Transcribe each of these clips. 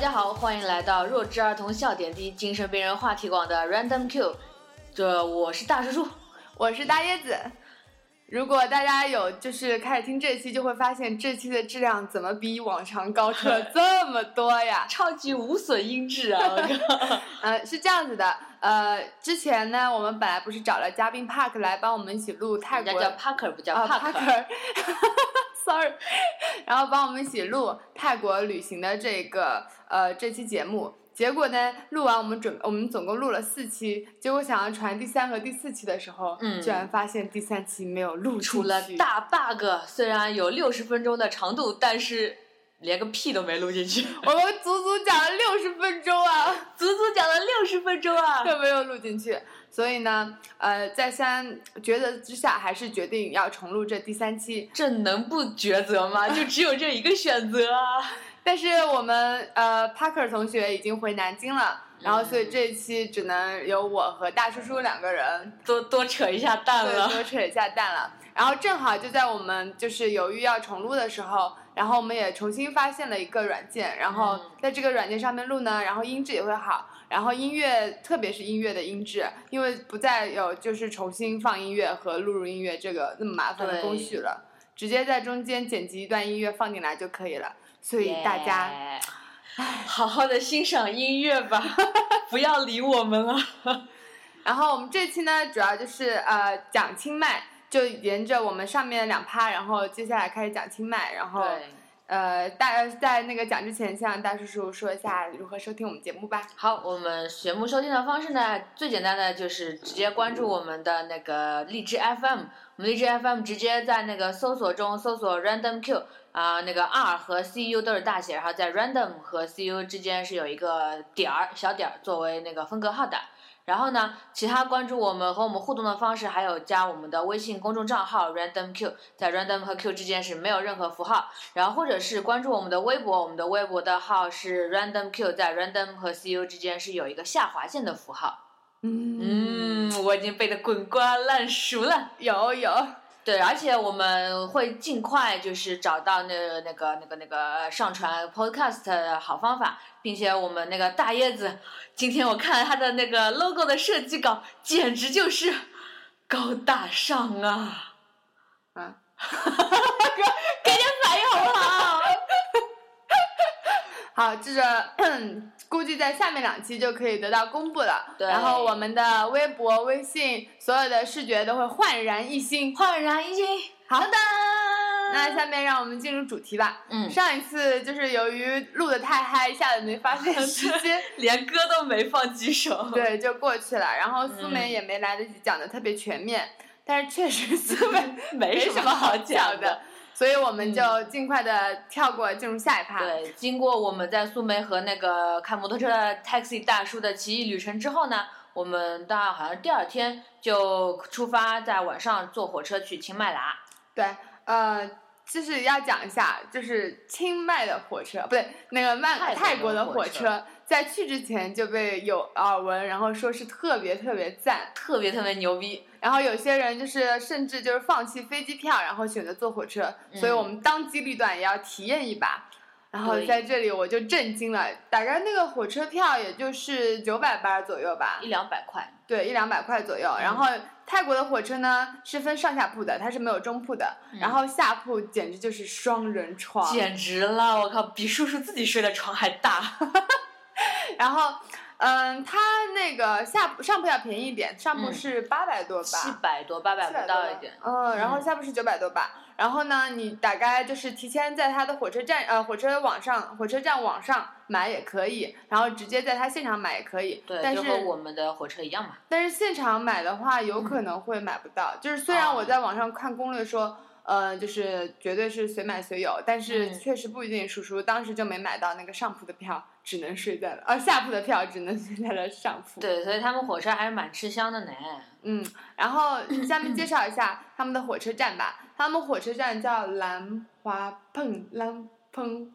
家好，欢迎来到弱智儿童笑点低、精神病人话题广的 Random Q。这我是大叔叔，？我是大椰子。如果大家有就是开始听这期，就会发现这期的质量怎么比往常高出了这么多呀超级无损音质 啊！我靠，呃，是这样子的，呃，之前呢，我们本来不是找了嘉宾 Park 来帮我们一起录泰人家国叫 Parker 不叫啊 Parker，、 Parker。Sorry，然后帮我们一起录泰国旅行的这个呃这期节目。结果呢，录完我们准我们总共录了四期，结果想要传第三和第四期的时候，嗯居然发现第三期没有录出出了去。大 bug。虽然有六十分钟的长度，但是连个屁都没录进 去，我们足足讲了六十分钟啊， 足足讲了六十分钟啊！都没有录进去。所以呢，呃，再三抉择之下，还是决定要重录这第三期。这能不抉择吗？就只有这一个选择啊！但是我们呃，Parker 同学已经回南京了，然后所以这一期只能由我和大叔叔两个人多多扯一下蛋 对了。多扯一下蛋了。然后正好就在我们就是犹豫要重录的时候，然后我们也重新发现了一个软件，然后嗯在这个软件上面录呢，然后音质也会好，然后音乐特别是音乐的音质，因为不再有就是重新放音乐和录入音乐这个那么麻烦的工序了，直接在中间剪辑一段音乐放进来就可以了。所以大家。耶好好的欣赏音乐吧， 不要理我们啊！然后我们这期呢，主要就是呃讲清迈，就沿着我们上面两趴，然后接下来开始讲清迈，然后对，呃大在那个讲之前，先让大叔叔说一下如何收听我们节目吧。好，我们节目收听的方式呢，最简单的就是直接关注我们的那个荔枝 FM，我们荔枝 FM 直接在那个搜索中搜索 Random Q 啊、那个 R 和 CU 都是大写，然后在 Random 和 CU 之间是有一个点儿小点儿作为那个分隔号的。然后呢，其他关注我们和我们互动的方式，还有加我们的微信公众账号 Random Q，在 Random 和 Q 之间是没有任何符号。然后或者是关注我们的微博，我们的微博的号是 Random Q，在 Random 和 CU 之间是有一个下划线的符号。嗯，嗯，我已经背得滚瓜烂熟了。有有，对，而且我们会尽快就是找到那那个那个那个上传 podcast 的好方法，并且我们那个大叶子，今天我看了他的那个 logo 的设计稿，简直就是高大上啊！啊， 给点反应好不好？好，这个估计在下面两期就可以得到公布了。对然后我们的微博、微信所有的视觉都会焕然一新。焕然一新，好的。那下面让我们进入主题吧。嗯，上一次就是由于录的太嗨，一下子没发现 时间，连歌都没放几首。对，就过去了。然后苏嗯梅也没来得及讲的特别全面，但是确实苏梅没没什什么么好好讲讲的的，所以我们就尽快的跳过，进入下一趴。嗯对，经过我们在苏梅和那个开摩托车的 taxi 大叔的奇异旅程之后呢，我们到好像第二天就出发，在晚上坐火车去清迈拉。对，呃，就是要讲一下，就是清迈的火车，不对，那个泰曼国的泰国的火火车车，在去之前就被有耳闻，然后说是特别特别赞，特别特别牛逼，然后有些人就是甚至就是放弃飞机票，然后选择坐火车，所以嗯我们当机立断也要体验一把。然后对在这里我就震惊了，大概那个火车票也就是九百八左右吧一，两百块。对，一两百块左右。嗯然后泰国的火车呢是分上下铺的，它是没有中铺的，然后下铺简直就是双人嗯床，简直了！我靠，比叔叔自己睡的床还大。然后。嗯，它那个下铺上铺要便宜一点，上嗯铺是八百多 吧，七百多，八百不到一点。嗯，然后嗯下部是九百多吧。然后呢，你大概就是提前在他的火车站呃火车网上火车站网上买也可以，然后直接在他现场买也可以。对，但就是和我们的火车一样嘛。但是现场买的话，有嗯可能会买不到。就是虽然哦我在网上看攻略说。呃，就是绝对是随买随有，但是嗯确实不一定。叔叔当时就没买到那个上铺的票，只能睡在了，呃，下铺的票只能睡在了上铺。对，所以他们火车还是蛮吃香的呢。嗯，然后下面介绍一下他们的火车站吧。他们火车站叫兰花碰兰碰，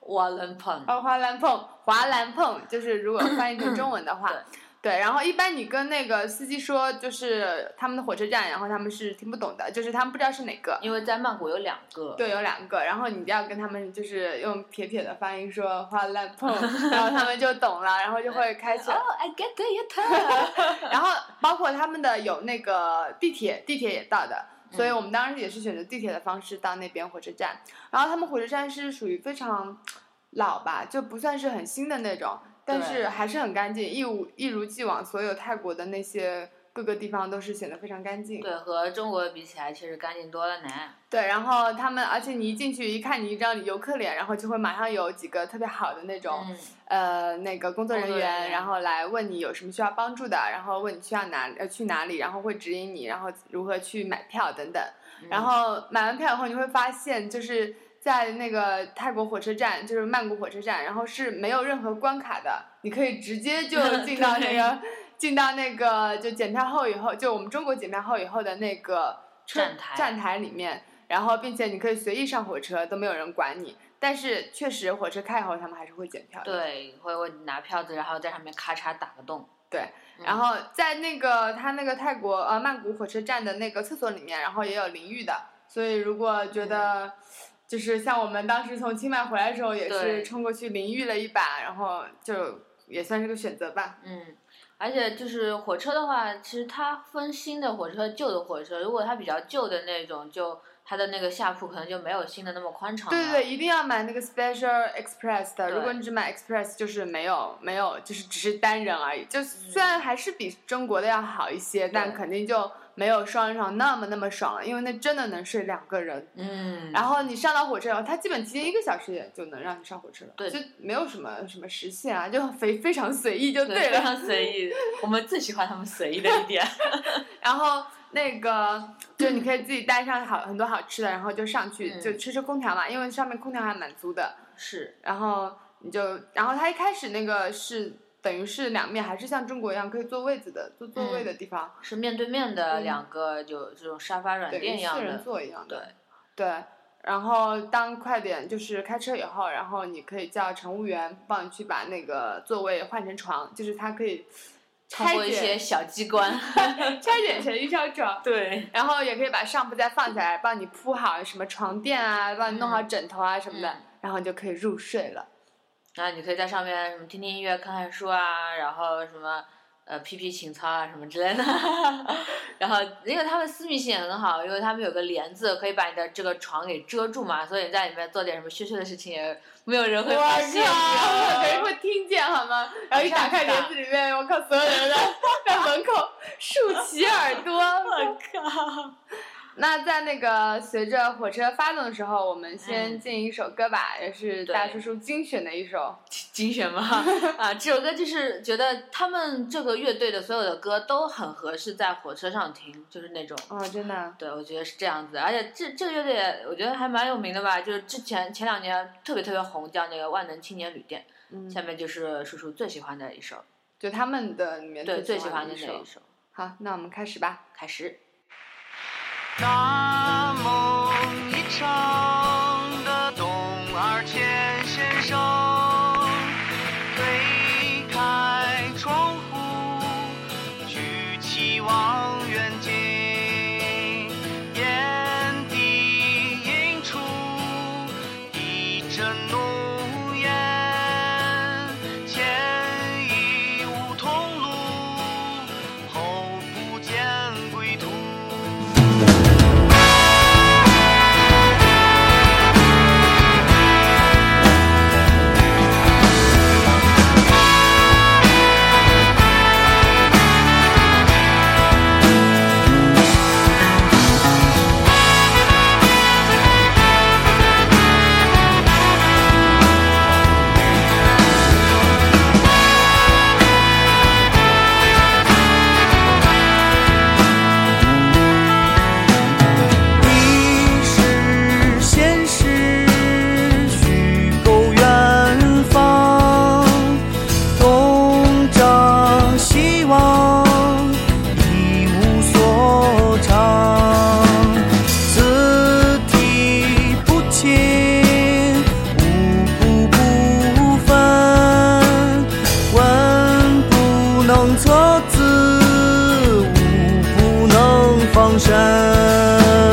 我能碰。哦，华兰碰，华兰碰，就是如果翻译成中文的话对，对，然后一般你跟那个司机说就是他们的火车站，然后他们是听不懂的，就是他们不知道是哪个。因为在曼谷有两个，对，有两个，然后你要跟他们就是用撇撇的发音说“花烂碰”，然后他们就懂了，然后就会开始哦、。i get it，然后包括他们的有那个地铁，地铁也到的，所以嗯我们当时也是选择地铁的方式到那边火车站。然后他们火车站是属于非常老吧，就不算是很新的那种，但是对还是很干净，一如一如既往，所有泰国的那些各个地方都是显得非常干净。对，和中国比起来，其实干净多了呢。对，然后他们，而且你一进去一看，你知道你游客脸，然后就会马上有几个特别好的那种。嗯，呃那个工作人工作人员，员然后来问你有什么需要帮助的，然后问你需要哪呃去哪里，然后会指引你，然后如何去买票等等。嗯然后买完票以后，你会发现就是在那个泰国火车站，就是曼谷火车站，然后是没有任何关卡的，你可以直 接就进到那个进到那个就检票后以后，就我们中国检票后以后的那个车站台站台里面。然后，并且你可以随意上火车，都没有人管你。但是，确实火车开以后，他们还是会检票的。对，会会拿票子，然后在上面咔嚓打个洞。嗯然后在那个他那个泰国呃曼谷火车站的那个厕所里面，然后也有淋浴的，所以如果嗯觉得、就是像我们当时从清迈回来的时候，也是对冲过去淋浴了一把，然后就也算是个选择吧。嗯，而且就是火车的话，其实它分新的火车、旧的火车。如果它比较旧的那种，就它的那个下铺可能就没有新的那么宽敞了。对对对，一定要买那个 Special Express 对的。如果你只买 Express，就是没有没有，就是只是单人而已。嗯就虽然还是比中国的要好一些，但肯定就没有双人床那么那么爽了，因为那真的能睡两个人。嗯，然后你上到火车以后，它基本提前一个小时也就能让你上火车了，对就没有什么什么时限啊，就非非常随意就对，非 了。常随意。我们最喜欢他们随意的一 点。然后那个就你可以自己带上好很多好吃的，然后就上去、嗯就吹吹空调嘛，因为上面空调还蛮足的。是，然后你就，然后它一开始那个是等于是两面，还是像中国一样可以坐位子的，坐嗯座位的地方，是面对面的嗯两个有这种沙发软等垫于一样四人的，座一样的。对，对，然后当快点就是开车以后，然后你可以叫乘务员帮你去把那个座位换成床，就是它可 以通拆过一些解小机关。 拆解成一张床，对，然后也可以把上铺再放下来，帮你铺好什么床垫啊，帮你弄好枕头啊什么的，嗯然后你就可以入睡了。然后你可以在上面什么听听音乐、看看书啊，然后什么呃批批情操啊什么之类的。 然后因为他们私密性也很好，因为他们有个帘子可以把你的这个床给遮住嘛，所以你在里面做点什么羞羞的事情也没有人会发现你。 我肯定会听见好吗？然后一打开上次啊帘子里面，我靠，所有人都在门口竖起耳朵，我靠！那在那个随着火车发动的时候，我们先进一首歌吧，也是大叔对叔精选的一首。精选吗？ 啊，这首歌就是觉得他们这个乐队的所有的歌都很合适在火车上听，就是那种哦，真的，对，我觉得是这样子，而且这这个乐队我觉得还蛮有名的吧，就是之前前两年特别特别红，叫那个万能青年旅店。嗯，下面就是叔叔最喜欢的一首，就他们的里面对，最喜喜欢的的一那首一。首。好，那我们开始吧。开始，大梦一场的董二千先生，推开窗户，举起望远镜，眼底映出一阵浓烟，前已无同路，后不见归途。声。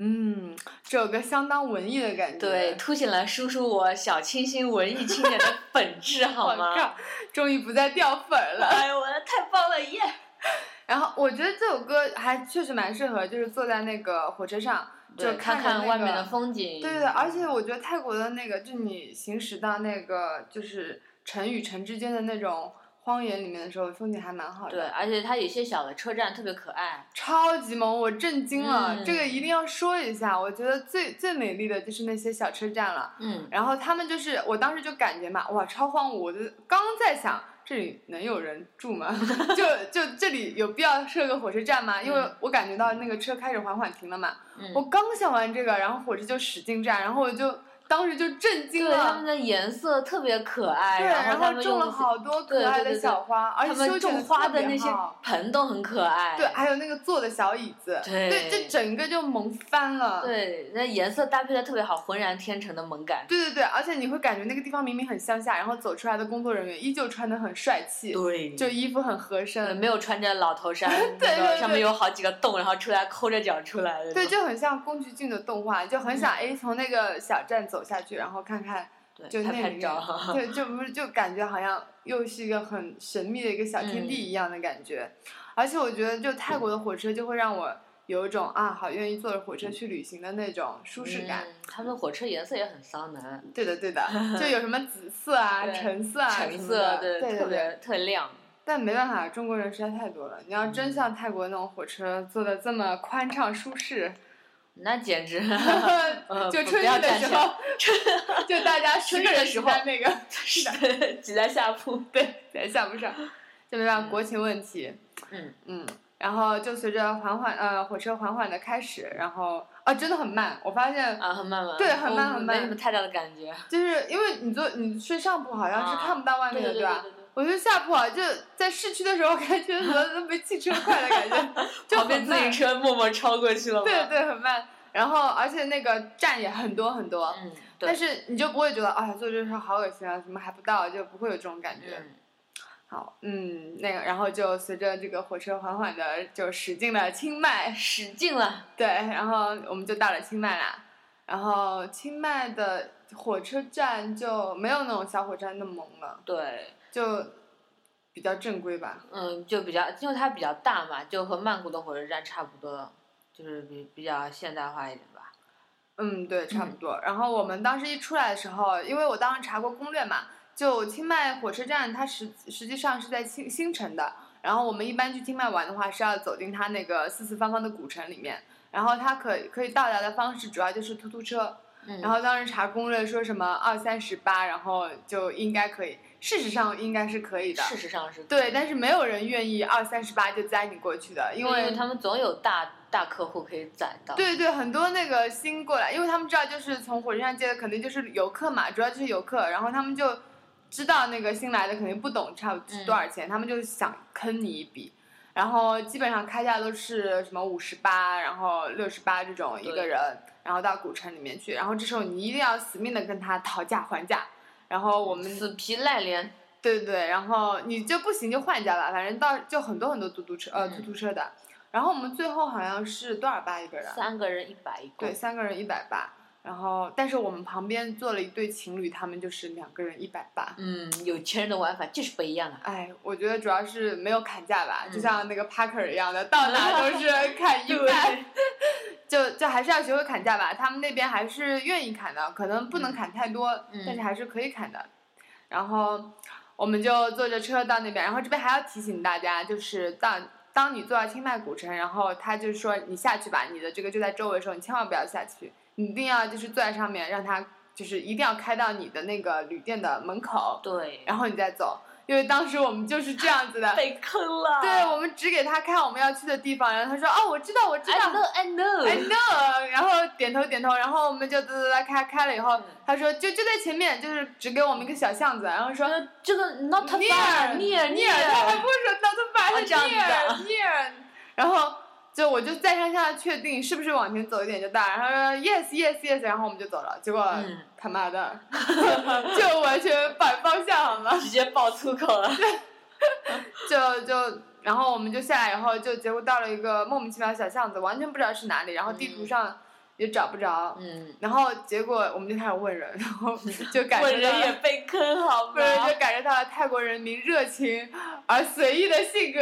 嗯，这首歌相当文艺的感觉。对，凸显了叔叔我小清新文艺青年的 本质，好我吗？靠，终于不再掉粉儿了。哎，我的太棒了耶！然后我觉得这首歌还确实蛮适合，就是坐在那个火车上，就对看着那看外面个的风景。对对，而且我觉得泰国的那个，就你行驶到那个就是城与城之间的那种荒原里面的时候，风景还蛮好的。对，，而且它有些小的车站特别可爱。超级萌，我震惊了，嗯这个一定要说一下。我觉得最最美丽的就是那些小车站了，嗯，然后他们就是我当时就感觉嘛，哇，超荒芜！我就刚在想。这里能有人住吗？ 就就这里有必要设个火车站吗？因为嗯我感觉到那个车开始缓缓停了嘛。嗯我刚想完这个，然后火车就使劲站，然后我就当时就震惊对，他了们。的颜色特别可爱，对，然后他后们种用了好多对可爱对对的对小花，而他且修们剪得种花特的别那些好盆都很可爱。对，哎还有那个坐的小椅子，对这整个就萌翻了。对，那颜色搭配的特别好，浑然天成的萌感。对对对，而且你会感觉那个地方明明很乡下，然后走出来的工作人员依旧穿的很帅气，对就衣服很合对身，，呃没有穿着老头衫对那对个对上面有好几个洞，然后出来抠着脚出来的。对，就很像宫崎骏的动画，嗯就很想哎从那个小站走下去，然后看看，就对，那拍里拍面照。对，就不是就感觉好像又是一个很神秘的一个小天嗯地一样的感觉，而且我觉得就泰国的火车就会让我有一种啊好愿意坐着火车去旅行的那种舒适感。啊嗯，他们的火车颜色也很桑拿，对的， 对的，就有什么紫色啊、对橙色啊什橙么色，的特对对对。别特别亮。但没办法，中国人实在太多了。你要嗯真像泰国那种火车坐的这么宽敞舒适，那简 直， 呃就不春不要运的站时起候， 就大家 春十个运的人时挤候在那个，是的，挤在下铺。对， 咱下不上，就没办法，嗯国情问题。嗯嗯，然后就随着缓缓呃火车缓缓的开始，然后啊真的很慢，我发现啊，很慢慢，对很慢我很没慢什么太大的感觉。就是因为你坐你睡上铺好像是啊看不到外面的，对吧？对对。我觉得下铺啊，就在市区的时候，感觉怎么都没 汽车快的感觉，就旁很边自慢行车默默超过去了吗？对对，很慢。然后，而且那个站也很多很多，嗯，对，但是你就不会觉得，哎呀，坐这车好恶心啊，怎么还不到，就不会有这种感觉。嗯，好，嗯，那个，然后就随着这个火车缓缓的就驶进了清迈， 使劲了，对，然后我们就到了清迈啦。然后清迈的火车站就没有那种小火车站那么萌了，对，就比较正规吧。嗯，就比较，因为它比较大嘛，就和曼谷的火车站差不多，就是比比较现代化一点吧。嗯，对，差不多。然后我们当时一出来的时候，因为我当时查过攻略嘛，就清迈火车站，它实实际上是在新新城的。然后我们一般去清迈玩的话，是要走进它那个四四方方的古城里面。然后它可可以到达的方式主要就是突突车。嗯，然后当时查攻略说什么二三十八，然后就应该可以。事实上应该是可以的，事实上是对，但是没有人愿意二三十八就载你过去的，因因为为他们总有大大客户可以攒到。，对对，很多那个新过来，因为他们知道就是从火车站接的肯定就是游客嘛，主要就是游客，然后他们就知道那个新来的肯定不懂差不多嗯多少钱，他们就想坑你一笔，然后基本上开价都是什么五十八，然后六十八这种一个对人，然后到古城里面去，然后这时候你一定要死命的跟他讨价还价，然后我们死皮赖脸，对对对，然后你就不行就换一家吧，反正到就很多很多嘟嘟车呃嗯嘟嘟车的，然后我们最后好像是多少八一个人啊？三个人一百一对，共，三个人一百八，然后但是我们旁边坐了一对情侣，他们就是两个人一百八。嗯，有钱人的玩法就是不一样啊。哎，我觉得主要是没有砍价吧，就嗯像那个 Parker 一样的，到哪 都是砍一半， 就就还是要学会砍价吧。他们那边还是愿意砍的，可能不能嗯砍太多，嗯但是还是可以砍的。然后我们就坐着车到那边，然后这边还要提醒大家，就是到当你坐到清迈古城，然后他就说你下去吧，你的这个就在周围的时候，你千万不要下去，你一定要就是坐在上面，让他就是一定要开到你的那个旅店的门口，对，然后你再走，因为当时我们就是这样子的。 被坑了。对，我们指给他看我们要去的地方，然后他说哦，我知道，我知，I 道。 know I I know， know，然后点头点头，然后我们就哒哒哒开开了以后嗯，他说就就在前面，就是只给我们一个小巷子，然后说呃，这个 not near far near near，他还不是说 not 啊 far 这样子的 near near，然后就我就再三向他确定是不是往前走一点就到，然后他说 yes yes yes，然后我们就走了。结果、嗯他 妈的就，就完全反方向好吗？直接爆粗口了。就就，然后我们就下来以后，就结果到了一个莫名其妙的小巷子，完全不知道是哪里，然后地图嗯上也找不着，嗯，然后结果我们就开始问人，然后就感本觉到人也了。被坑，好不吗是，？就感觉到了泰国人民热情而随意的性格，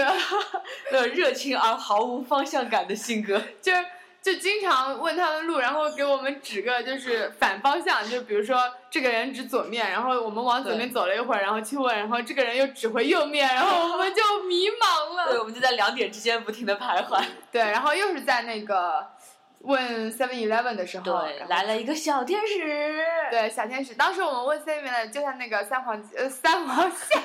呃，热情而毫无方向感的性格。就是就经常问他们路，然后给我们指个就是反方向，就比如说这个人指左面，然后我们往左面走了一会儿，然后去问，然后这个人又指回右面，然后我们就迷 茫对，了。我们就在两点之间不停的徘徊。对，然后又是在那个问 Seven Eleven 的时候，然后来了一个小天使。对小天使，当时我们问 Seven Eleven，就像那个三皇呃三皇像。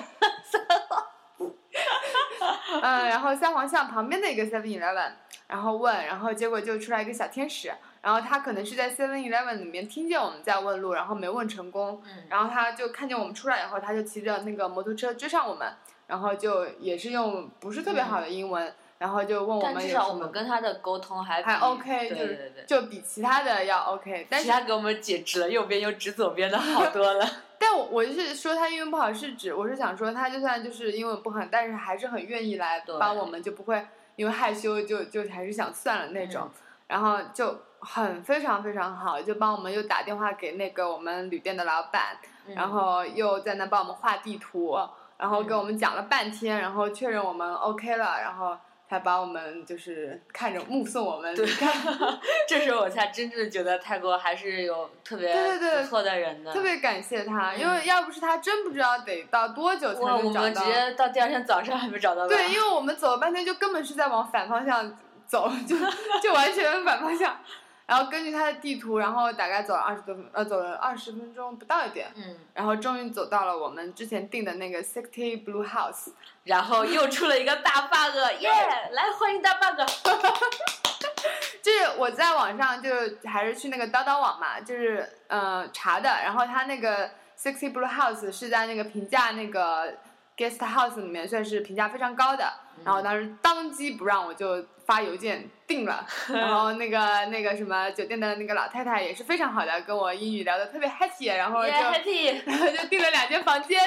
嗯，然后三皇像旁边的一个 Seven Eleven，然后问，然后结果就出来一个小天使，然后他可能是在 Seven Eleven 里面听见我们在问路，然后没问成功，嗯，然后他就看见我们出来以后，他就骑着那个摩托车追上我们，然后就也是用不是特别好的英文，然后就问我但们至有少什我们么，跟他的沟通还比还对 OK，就对是对对。就比其他的要 OK，但其是他给我们解指了右边又指左边的好多了。但我我就是说他英文不好是指，我是想说他就算就是英文不好，但是还是很愿意来对帮我们，就不会因为害羞就就还是想算了 那种，嗯然后就很非常非常好，就帮我们又打电话给那个我们旅店的老板，嗯然后又在那帮我们画地图，然后给我们讲了半天，然后确认我们 OK 了，然后才把我们就是看着目送我们离对开。这时候我才真正的觉得泰国还是有特别对对对不错的人的。特别感谢他，嗯因为要不是他，真不知道得到多久才哇，我能找们到直。接到第二天早上还没找到吧。对，因为我们走了半天，就根本是在往反方向走， 就就完全反方向。然后根据他的地图，然后大概走了二十多分，呃，走了二十分钟不到一点，嗯，然后终于走到了我们之前订的那个 Sixty Blue House。然后又出了一个大 bug，耶！来欢迎大 bug。就是我在网上就是还是去那个叨叨网嘛，就是呃查的，然后他那个 Sixty Blue House 是在那个评价那个 Guest House 里面算是评价非常高的，然后嗯我当时当机不让我就发邮件订 了，然后那个那个什么酒店的那个老太太也是非常好的，跟我英语聊得特别 happy，然后就耶 happy。然后就订了两间房 间，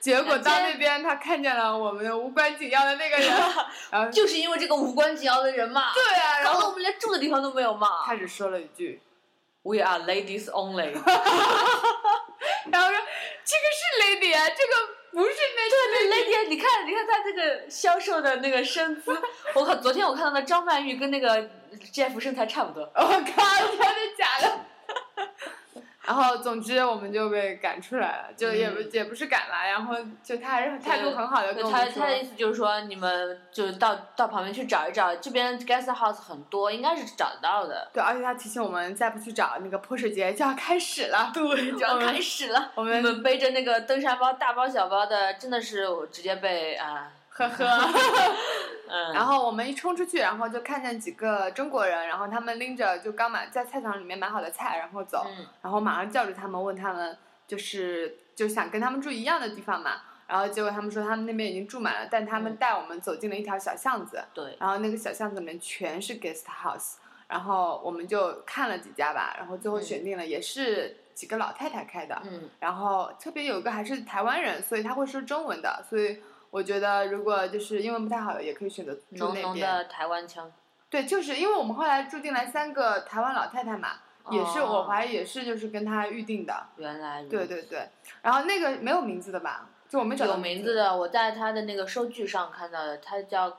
结果到那边他看见了我们无关紧要的那个人，然后就是因为这个无关紧要的人嘛， 对 啊，然搞得后我们连住的地方都没有嘛。他只说了一句。 We are ladies only。然后说这个是 lady 啊，这个不是那雷姐，你看，你看他这个消瘦的那个身姿，我靠！昨天我看到的张曼玉跟那个 Jeff 身材差不多。 我靠，真的假的？ 然后，总之我们就被赶出来了，就也不、嗯也不是赶来，然后就他还是态度很好的对跟我他们说他，的意思就是说，你们就到到旁边去找一找，这边 guest house 很多，应该是找得到的。对，而且他提醒我们再不去找那个泼水节就要开始了，对，嗯就要开始了。我你们们背着那个登山包，大包小包的，真的是我直接被啊，呵呵。嗯，然后我们一冲出去，然后就看见几个中国人，然后他们拎着就刚买在菜场里面买好的菜，然后走，嗯然后马上叫住他们，问他们就是就想跟他们住一样的地方嘛。然后结果他们说他们那边已经住满了，但他们嗯带我们走进了一条小巷子，对，然后那个小巷子里面全是 guest house，然后我们就看了几家吧，然后最后嗯选定了也是几个老太太开的，嗯然后特别有一个还是台湾人，所以他会说中文的，所以我觉得如果就是英文不太好的，也可以选择住浓那浓边。的台湾腔，对，就是因为我们后来住进来三个台湾老太太嘛，也是我哦怀疑也是就是跟他预定的。原来如对对对，然后那个没有名字的吧？就我没找到有名字。的，我在他的那个收据上看到的，他叫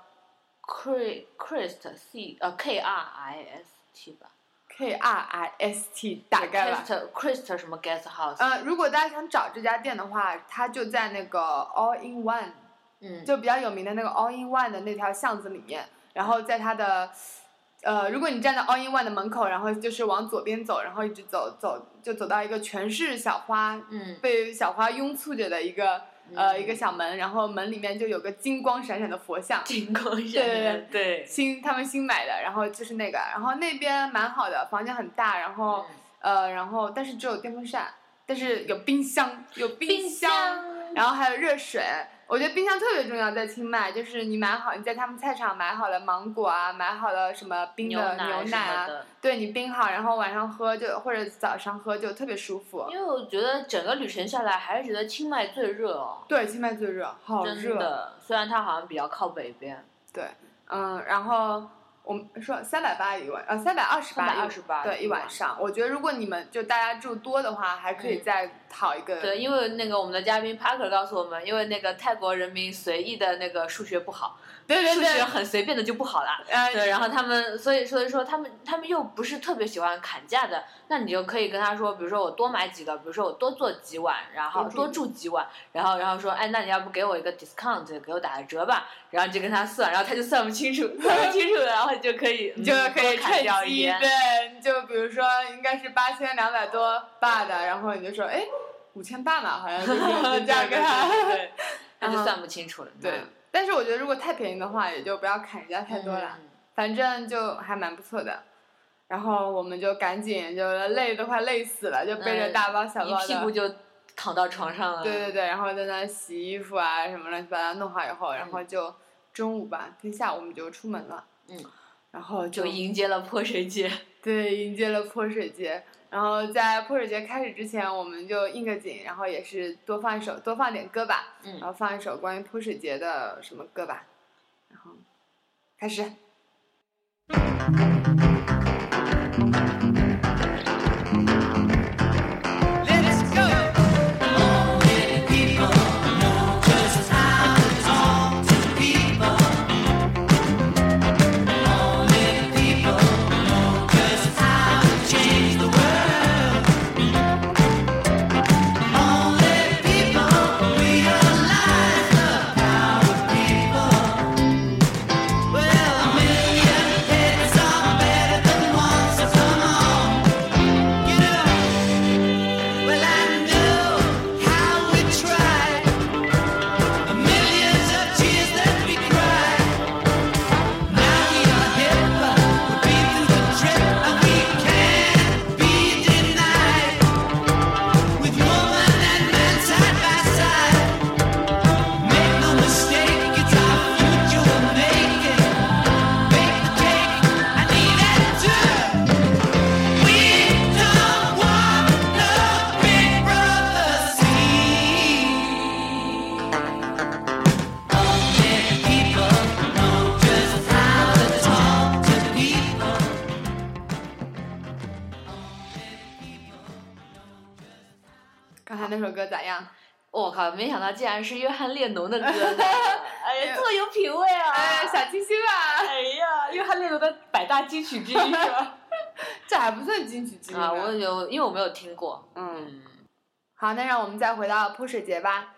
Chris Christ C 呃 K R I S T 吧， K R I S T 大概吧。 Christ Christ 什么 Guest House，呃，如果大家想找这家店的话，它就在那个 All in One，嗯，就比较有名的那个 All in One 的那条巷子里面。然后在它的，呃，如果你站在 All in One 的门口，然后就是往左边走，然后一直走走，就走到一个全是小花，嗯被小花拥簇着的一个呃嗯一个小门，然后门里面就有个金光闪闪的佛像。金光闪闪，对，新他们新买的，然后就是那个，然后那边蛮好的，房间很大，然后、嗯呃，然后但是只有电风扇，但是有冰箱，有冰箱然后还有热水。我觉得冰箱特别重要，在清迈，就是你买好，你在他们菜场买好了芒果啊，买好了什么冰牛的奶牛什奶么啊，的。对你冰好，然后晚上喝就或者早上喝就特别舒服。因为我觉得整个旅程下来，还是觉得清迈最热哦，对，清迈最热，好真热。的。虽然它好像比较靠北边，嗯，然后我们说三百八一晚，呃，三百二十三八，百二十八对一晚。上。我觉得如果你们就大家住多的话，还可以嗯再讨一个。对，因为那个我们的嘉宾 Parker 告诉我们，因为那个泰国人民随意的那个数学不好，对对数学对，很随便的就不好啦。呃，对，然后他们，所以所以说他们他们又不是特别喜欢砍价的，那你就可以跟他说，比如说我多买几个，比如说我多做几晚，然后多住多住几晚，然后然后说，哎，那你要不给我一个 discount，给我打个折吧，然后你就跟他算，然后他就算不清楚，算不清楚，然后你就可以你就嗯可以多砍掉趁一机，点，对，你就比如说应该是八千两百多八的，然后你就说，哎，五千八嘛，好像就是就这样 跟他。对对对那然就后算不清楚了。 对，但是我觉得如果太便宜的话，也就不要砍人家太多了，嗯反正就还蛮不错的。然后我们就赶紧就累都快累死了，就背着嗯大包小包一屁股的，就躺到床上了。对对对，然后在那洗衣服啊什么乱七八糟弄好以后，然后就中午吧，跟下午我们就出门了，嗯，然后就迎接了泼水 节。对，迎接了泼水节。然后在泼水节开始之前，我们就应个景，然后也是多放一首，多放点歌吧，嗯然后放一首关于泼水节的什么歌吧，然后开始。刚才那首歌咋样？我靠，没想到竟然是约翰列侬的歌 呢！哎呀，特有品味啊！哎，小清新吧，哎呀，约翰列侬的百大金曲之一是吧？这还不算金曲之 一啊，呢我有，因为我没有听过。嗯。嗯，好，那让我们再回到泼水节吧。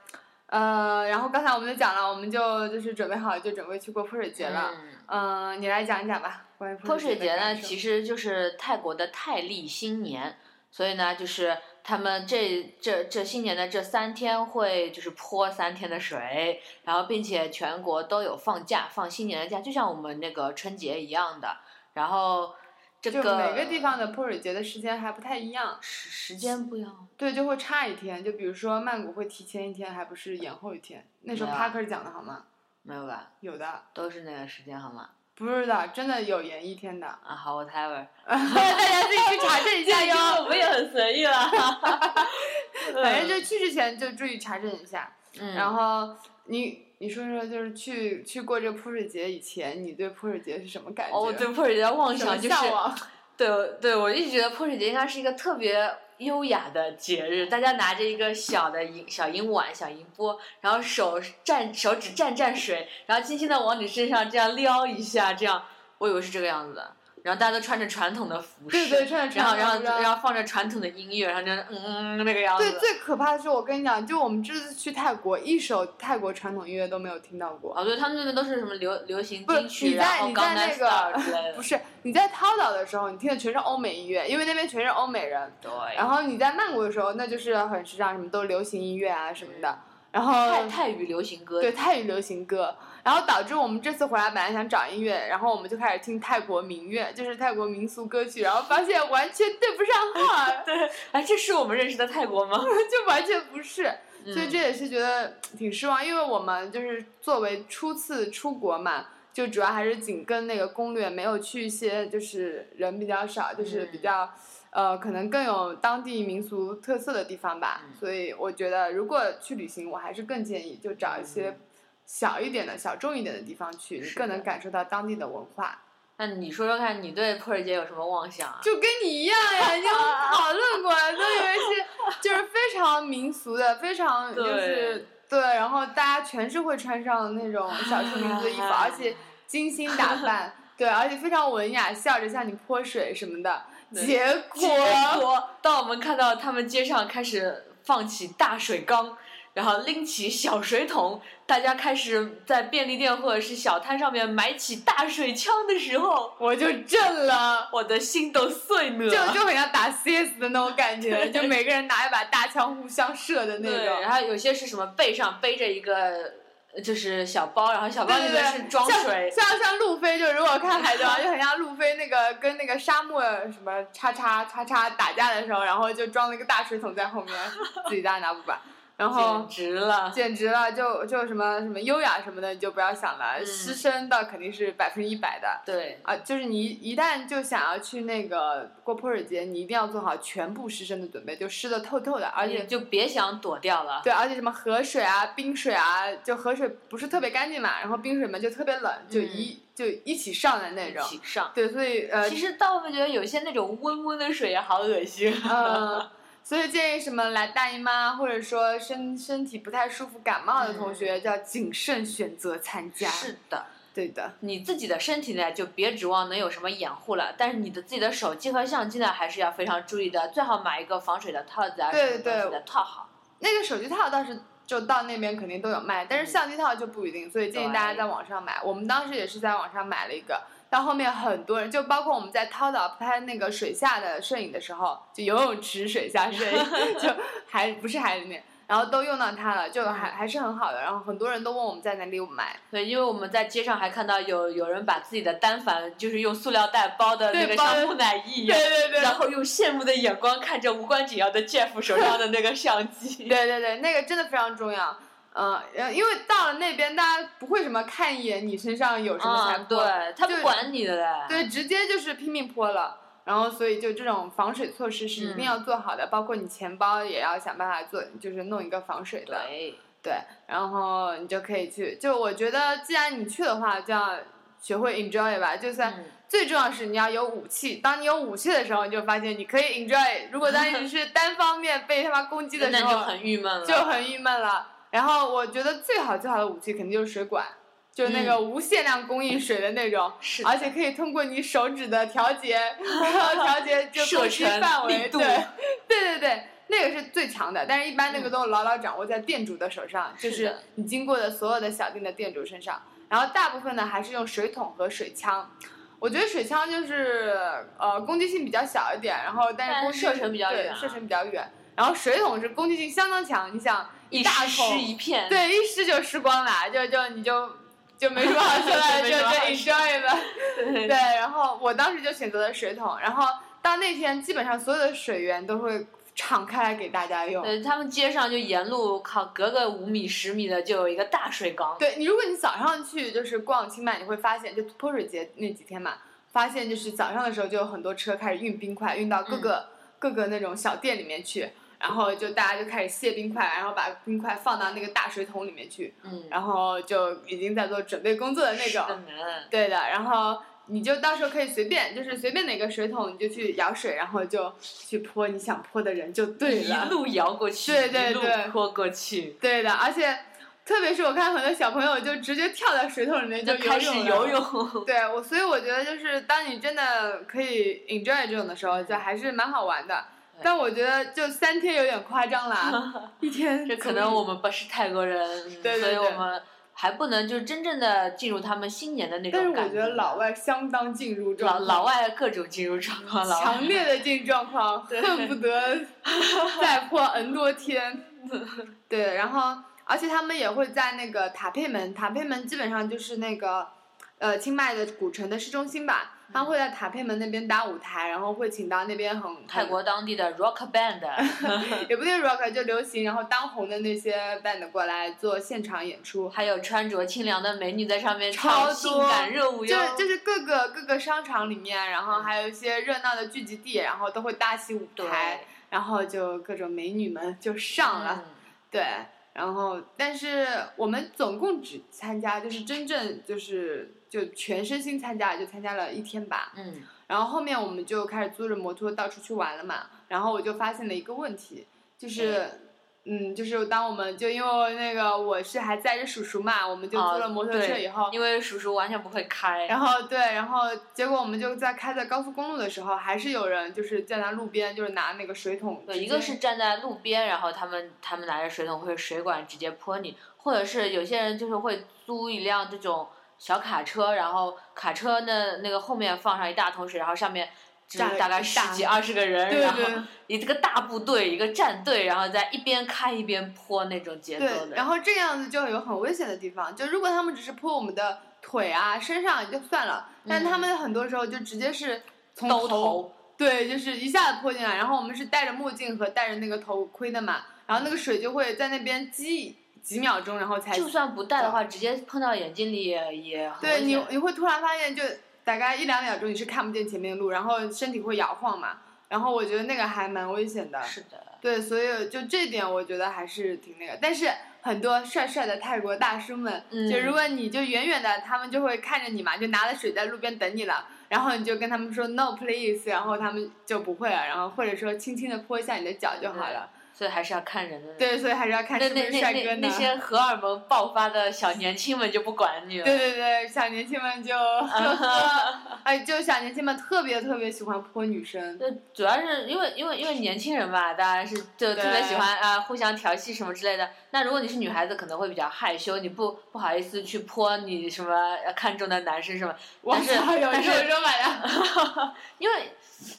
呃，然后刚才我们就讲了，我们就就是准备好就准备去过泼水节了。嗯嗯、你来讲一讲吧，关于泼水节节呢，其实实就是泰国的泰历新年，所以呢，就是他们这这这新年的这三天会就是泼三天的水，然后并且全国都有放假，放新年的假，就像我们那个春节一样的。然后这就个每个地方的泼水节的时间还不太一样，时时间不一样。对，就会差一天。就比如说曼谷会提前一天，还不是延后一天。那时候没有啊 Parker 讲的好吗？没有吧？有的，都是那个时间好吗？。不是的，真的有延一天的 啊，好，whatever。大家自己去查证一下因为哟。 我们也很随意了。 反正就去之前就注意查证一下。嗯，然后你你说说，就是去去过这泼水节以前，你对泼水节是什么感觉？哦，我对泼水节的妄什么想就是，向往？对对，我一直觉得泼水节应该是一个特别优雅的节日，大家拿着一个小的银小银碗、小银钵，然后手蘸手指蘸蘸水，然后轻轻的往你身上这样撩一下，这样我以为是这个样子的。然后大家都穿着传统的服饰，对对，穿着然后然后长袍服装然后放着传统的音乐，然后就嗯嗯嗯那个样子。对，最可怕的是，我跟你讲，就我们这次去泰国，一首泰国传统音乐都没有听到过。哦，对，他们那边都是什么流流行不是金曲，你在然后你在 Gangnam 那 Style 个之类的。不是你在涛岛的时候，你听的全是欧美音乐，因为那边全是欧美人。对，然后你在曼谷的时候，那就是很时尚，什么都流行音乐啊什么的。然后泰泰语流行歌，，对泰语流行歌，然后导致我们这次回来本来想找音乐，然后我们就开始听泰国民乐，就是泰国民俗歌曲，然后发现完全对不上号儿 对，哎，这是我们认识的泰国吗？ 就完全不是，嗯所以这也是觉得挺失望，因为我们就是作为初次出国嘛。就主要还是紧跟那个攻略，没有去一些就是人比较少，就是比嗯较，呃，可能更有当地民俗特色的地方吧。嗯所以我觉得，如果去旅行，我还是更建议就找一些嗯小一点的、小众一点的地方去，你是更的能感受到当地的文化。那你说说看，你对破儿姐有什么妄想啊？就跟你一样 呀，你跟我们讨论过，都以为是就是非常民俗的，非 常就是对，然后大家全是会穿上那种少数民族的衣服，而 且精心打扮，对，而且非常文雅，笑着向你泼水什么的。对结结果果，当我们看到他们街上开始放起大水缸，然后拎起小水桶，大家开始在便利店或者是小摊上面买起大水枪的时候， 我就震了。我的心都碎了。就就很像打 CS 的那种感觉，就每个人拿一把大枪互相射的那对，种然。后有些是什么背上背着一个呃就是小包，然后小包对里对面对，是装水，像像像路飞，就如果看海贼王，就很像路飞那个跟那个沙漠什么叉叉叉叉打架的时候，然后就装了一个大水桶在后面， 自己大拿不管，然后简。直了。简直了，就就什么什么优雅什么的，你就不要想了，嗯牺牲到肯定是百分之一百的对，啊！就是你一旦就想要去那个过泼水节，你一定要做好全部湿身的准备，就湿的透透的，而而且且就别想躲掉了。对，而且什么河水啊、冰水啊，就河水不是特别干净嘛，然后冰水嘛就特别冷，就一、就一起上的那嗯一种。起上。对，所以呃其实，但我们觉得有些那种温温的水也好恶心。啊 呃，所以建议什么来大姨妈或者说身身体不太舒服、感冒的同学，就要谨慎选择参加。，嗯是的，对的，你自己的身体呢，就别指望能有什么掩护了，但是你的自己的手机和相机呢，还是要非常注意的，最好买一个防水的套子啊，对什么东西对的套好。那个手机套倒是。就到那边肯定都有卖，但是嗯相机套就不一定，所以建议对大家在网上买。我们当时也是在网上买了一个，到后面很多人，就包括我们在涛岛拍那个水下的摄影的时候，就游泳池水下摄影， 就还不是海里面，然后都用到它了，就还嗯还是很好的。然后很多人都问我们在哪里买，对，因为我们在街上还看到有有人把自己的单反，就是用塑料袋包的那个对包像的木乃伊一对样，对对然后用羡慕的眼光看着无关紧要的 Jeff 手上的那个相机。 对对对，那个真的非常重要。嗯，呃因为到了那边，大家不会什么看一眼你身上有什么才啊，不对他就不管你的嘞。对，直接就是拼命泼了。然后，所以就这种防水措施是一嗯定要做好的，包括你钱包也要想办法做，就是弄一个防水的。对，对，然后你就可以去。就我觉得，既然你去的话，就要学会 enjoy 吧。就算、嗯最重要是你要有武器。当你有武器的时候，你就发现你可以 enjoy。如果当你是单方面被他妈攻击的那时你就候，很郁闷了。就很郁闷了。然后我觉得最好最好的武器肯定就是水管，就是那个无限量供应水的那种。嗯是的而且可以通过你手指的调节， 然后调节就射攻击程范力围，度对，对对对，那个是最强的。但是，一般那个都牢牢掌握在店主的手上，就是嗯是的你经过的所有的小店的店主身上。然后，大部分呢还是用水桶和水枪。我觉得水枪就是呃攻击性比较小一点，然后但但是攻击射程比较对远啊射程比较远。然后水桶是攻击性相当强，你想一大湿桶一片。对，一湿就湿光了，就就你就就没什么好说 的，没就什么就好说 enjoy 吧。对对，然后我当时就选择了水桶，然后到那天基本上所有的水源都会敞开来给大家用。对，他们街上就沿路靠隔个五米十米的就有一个大水缸。对你，如果你早上去就是逛清迈，你会发现，就泼水节那几天嘛，发现就是早上的时候就有很多车开始运冰块，运到各嗯个、各个那种小店里面去，然后就大家就开始卸冰块，然后把冰块放到那个大水桶里面去，嗯，然后就已经在做准备工作的那种。是的呢对的，然后你就到时候可以随便，就是随便哪个水桶你就去舀水，然后就去泼你想泼的人就对一了。路摇过去，对对一路对泼过去。对的，而且特别是我看很多小朋友就直接跳到水桶里面就游开始泳游。了泳。 对我，所以我觉得就是当你真的可以 enjoy 这种的时候，就还是蛮好玩的对。但我觉得就三天有点夸张 啦，一天这可足能以我们不是泰国人，嗯对对所以我对们还不能就真正的进入他们新年的那但是种我感觉觉。得老外相当进入老状老况，外各种进入状况，老外强烈的进入 状况，恨不得再破 N 多天。对，然后而且他们也会在那个塔佩门，塔佩门基本上就是那个，呃，清迈的古城的市中心吧。嗯他们会在塔佩门那边搭舞台，然后会请到那边很泰国当地的 rock band，很也不对 rock 就流行，然后当红的那些 band 过来做现场演出，还有穿着清凉的美女在上面超唱多性感热舞就哟。就是各个各个商场里面，然嗯后还有一些热闹的聚集地，然后都会搭起舞对，台，然后就各种美女们就上了。嗯对，然后但是我们总共只参加，就是真正就是就全身心参加，就参加了一天吧。嗯，然后后面我们就开始租着摩托到处去玩了嘛。然后我就发现了一个问题，哎就是。嗯，就是当我们就因为那个我是还载着叔叔嘛，我们就哦租了摩托车对以后，因为叔叔完全不会开，然后对，然后结果我们就在开在高速公路的时候，还是有人就是站在路边，就是拿那个水桶直接，对，一个是站在路边，然后他们他们拿着水桶或者水管直接泼你，或者是有些人就是会租一辆这种小卡车，然后卡车的那个后面放上一大桶水，然后上面就站是了大概一十大几二十个人，对然后对一个大部队一个战队，然后在一边开一边泼那种节奏对，的，然后这个样子就有很危险的地方，就如果他们只是泼我们的腿啊、身上也就算了，但他们很多时候就直接是嗯从兜头头，对，就是一下子泼进来，然后我们是戴着墨镜和戴着那个头盔的嘛，然后那个水就会在那边积几秒钟，然后才就算不戴的话，直接碰到眼睛里也也很对危你险。你会突然发现，就大概一两秒钟你是看不见前面的路，然后身体会摇晃嘛。然后我觉得那个还蛮危险的，是的，对，所以就这点我觉得还是挺那个。但是很多帅帅的泰国大叔们，嗯就如果你就远远的，他们就会看着你嘛，就拿着水在路边等你了，然后你就跟他们说 no please，然后他们就不会了，然后或者说轻轻的泼一下你的脚就好了。所以还是要看人的。，对，所以还是要嗯看那是不那是帅那哥那呢那。些荷尔蒙爆发的小年轻们就不管你了。对对对，小年轻们 就 呵呵，哎，就小年轻们特别特别喜欢泼女生，对，主要是因为因为因为年轻人吧，大家是就特别喜欢啊互相调戏什么之类的。那如果你是女孩子，可能会比较害羞，你不不好意思去泼你什么呃看中的男生什么。我但是操，有但是这种 买的，因为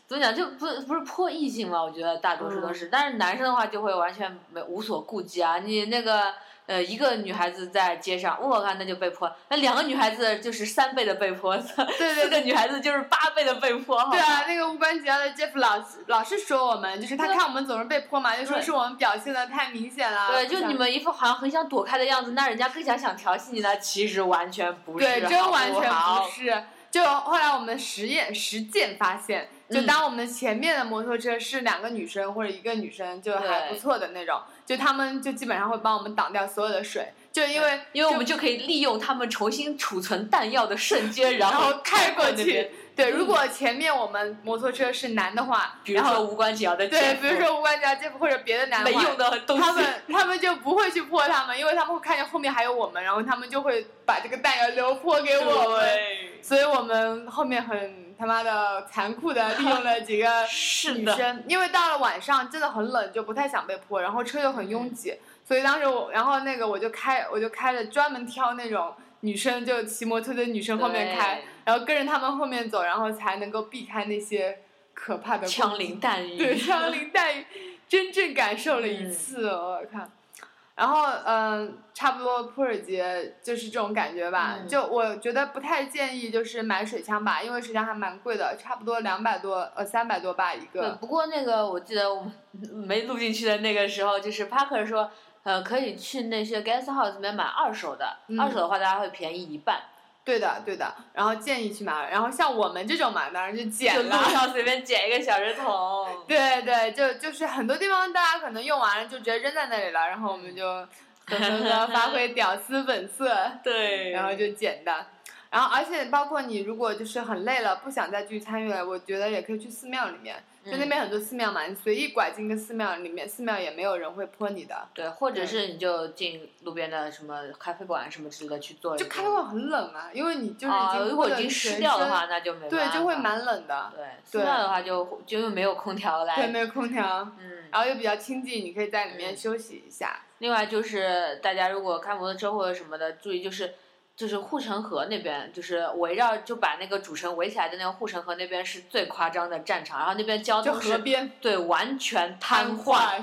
怎么讲，就不不是泼异性嘛，我觉得大多数都嗯是。但是男生的话就会完全没无所顾忌啊，你那个呃一个女孩子在街上，我靠那就被泼，那两个女孩子就是三倍的被泼， 四对对对个女孩子就是八倍的被泼。好吧对啊，那个无关紧要的 Jeff 老师老是说我们，就是他对看我们总是被泼嘛，就说对是我们表现的太明显了。对，就不你们一副好像很想躲开的样子，那人家更想想调戏你呢。其实完全不是，想对，真完全好不不是。是。就后来我们实验实践发现，就嗯当我们前面的摩托车是两个女生或者一个女生，就还对不错的那种，就他们就基本上会帮我们挡掉所有的水，就因为因为我们就可以利用他们重新储存弹药的瞬间，然然后开过过那边嗯去。。对，如果前面我们摩托车是男的话，比如然说后无关紧要的对，姐比如夫说无关紧要 Jeff 或者别的男的没话用的东西，他们他们就不会去泼他们，因为他们会看见后面还有我们，然后他们就会把这个弹药留泼给我们，对所以我们后面很他妈的残酷的利用了几个 是女的，生，因为到了晚上真的很冷，就不太想被泼，然后车又很拥挤，所以当时我，然后那个我就开我就开着专门挑那种女生，就骑摩托的女生后面开对，然后跟着他们后面走，然后才能够避开那些可怕的攻击枪林弹雨。 对，枪林弹雨，真正感受了一嗯次，我看。然后，嗯，差不多泼水节就是这种感觉吧。嗯就我觉得不太建议就是买水枪吧，因为水枪还蛮贵的，差不多两百多，呃，三百多吧一对，个。不过那个我记得我们没录进去的那个时候，就是 Parker 说，呃，可以去那些 guest house 里面买二手的，嗯二手的话大家会便宜一半。对的，对的。然后建议去买，然后像我们这种嘛，当然就捡就了。。路上随便捡一个小人头 对对，就就是很多地方大家可能用完了就直接扔在那里了，然后我们就 狠狠的发挥屌丝本色。 对然后就简单。然后，而且包括你如果就是很累了，不想再继续参与了，我觉得也可以去寺庙里面，就那嗯边很多寺庙嘛，你随意拐进一个寺庙里面，寺庙也没有人会泼你的。对，或者是你就进路边的什么咖啡馆什么之类的去做一就个。开会很冷啊，因为你就是已啊，经如果泼已得经全湿掉的身话，，那就没办对，法。就会蛮冷的，对，对塑料的话就就因为没有空调来。对，没有空调，嗯，然后又比较清静，你可以在里面嗯休息一下。另外就是大家如果开摩托车或者什么的，注意就是就是护城河那边，就是围绕就把那个主城围起来的那个护城河那边是最夸张的战场，然后那边交就通河是边对完全瘫 瘫痪，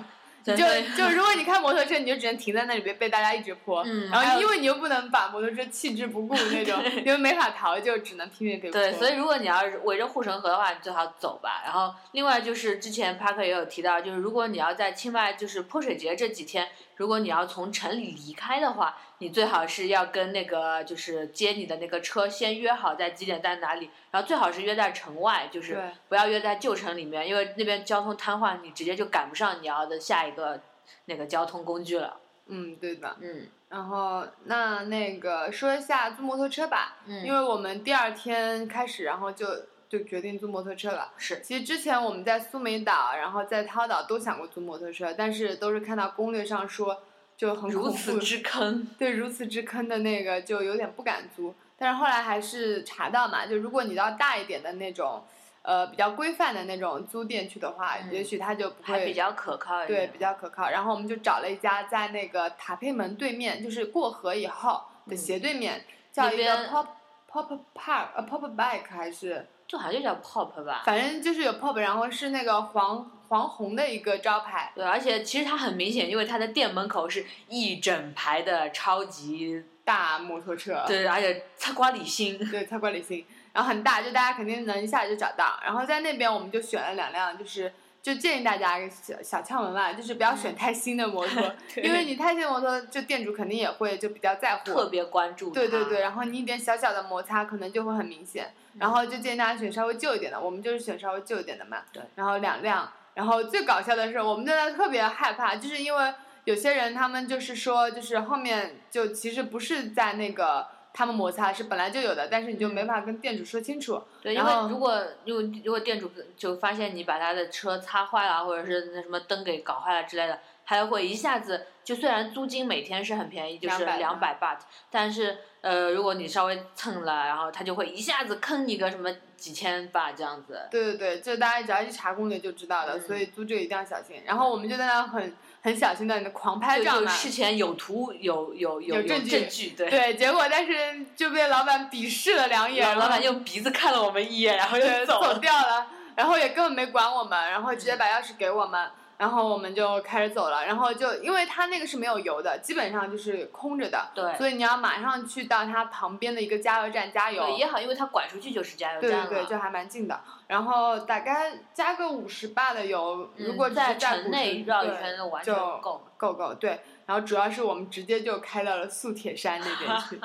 对就对就如果你开摩托车，你就只能停在那里被被大家一直泼，嗯然还有后因为你又不能把摩托车弃之不顾那种，因为没法逃，就只能拼命被泼。对，所以如果你要是围着护城河的话，你最好走吧。然后另外就是之前 Parker 也有提到，就是如果你要在清迈就是泼水节这几天，如果你要从城里离开的话，你最好是要跟那个就是接你的那个车先约好在几点在哪里，然后最好是约在城外，就是对不要约在旧城里面，因为那边交通瘫痪，你直接就赶不上你要的下一个那个交通工具了。嗯，对的。嗯然后那那个说一下租摩托车吧，嗯，因为我们第二天开始，然后就就决定租摩托车了。嗯是其实之前我们在苏梅岛，然后在涛岛都想过租摩托车，但是都是看到攻略上说就很如恐此怖之坑。对如此之坑的那个就有点不敢租，但是后来还是查到嘛，就如果你到大一点的那种，呃比较规范的那种租店去的话，嗯也许它就不还会比较可靠一对点，比较可靠。然后我们就找了一家在那个塔佩门对面，就是过河以后的斜对面，嗯叫那一个边 Pop Pop Park 呃 Pop Bike 还是就好像就叫 pop 吧，反正就是有 pop，然后是那个黄黄红的一个招牌。对，而且其实它很明显，因为它的店门口是一整排的超级大摩托车，对，而且擦瓜里星，对，菜瓜里星，然后很大，就大家肯定能一下就找到。然后在那边我们就选了两辆，就是就建议大家小小窍门吧，就是不要选太新的摩托，因为你太新的摩托，就店主肯定也会就比较在乎。特别关注它。嗯对对对，然后你一点小小的摩擦可能就会很明显，然后就建议大家选稍微旧一点的，我们就是选稍微旧一点的嘛。对。然后两辆，然后最搞笑的是，我们真的特别害怕，就是因为有些人他们就是说，就是后面就其实不是在那个他们摩擦是本来就有的，但是你就嗯没法跟店主说清楚。对，因然为后如果如果如果店主就发现你把他的车擦坏了，或者是那什么灯给搞坏了之类的，他会一下子就虽然租金每天是很便宜，就是200两百 baht，但是呃，如果你稍微蹭了，然后他就会一下子坑你个什么几千吧这样子。对对对，这大家只要一查攻略就知道的，嗯所以租这个一定要小心。然后我们就在那很很小心的狂拍就照就嘛。事前有图有有有有证据证据，对。对，结果但是就被老板鄙视了两眼，老然后老板用鼻子看了我们一眼，然后对，就走走了。掉了，然后也根本没管我们，然后直接把钥匙给我们，然后我们就开始走了，然后就因为它那个是没有油的，基本上就是空着的，对所以你要马上去到它旁边的一个加油站加油，对，也好，因为他拐出去就是加油对站对了。对，就还蛮近的，然后大概加个五十吧的油，嗯如果只是在在城内绕一圈就就完全够了。够够对。然后主要是我们直接就开到了素铁山那边 去，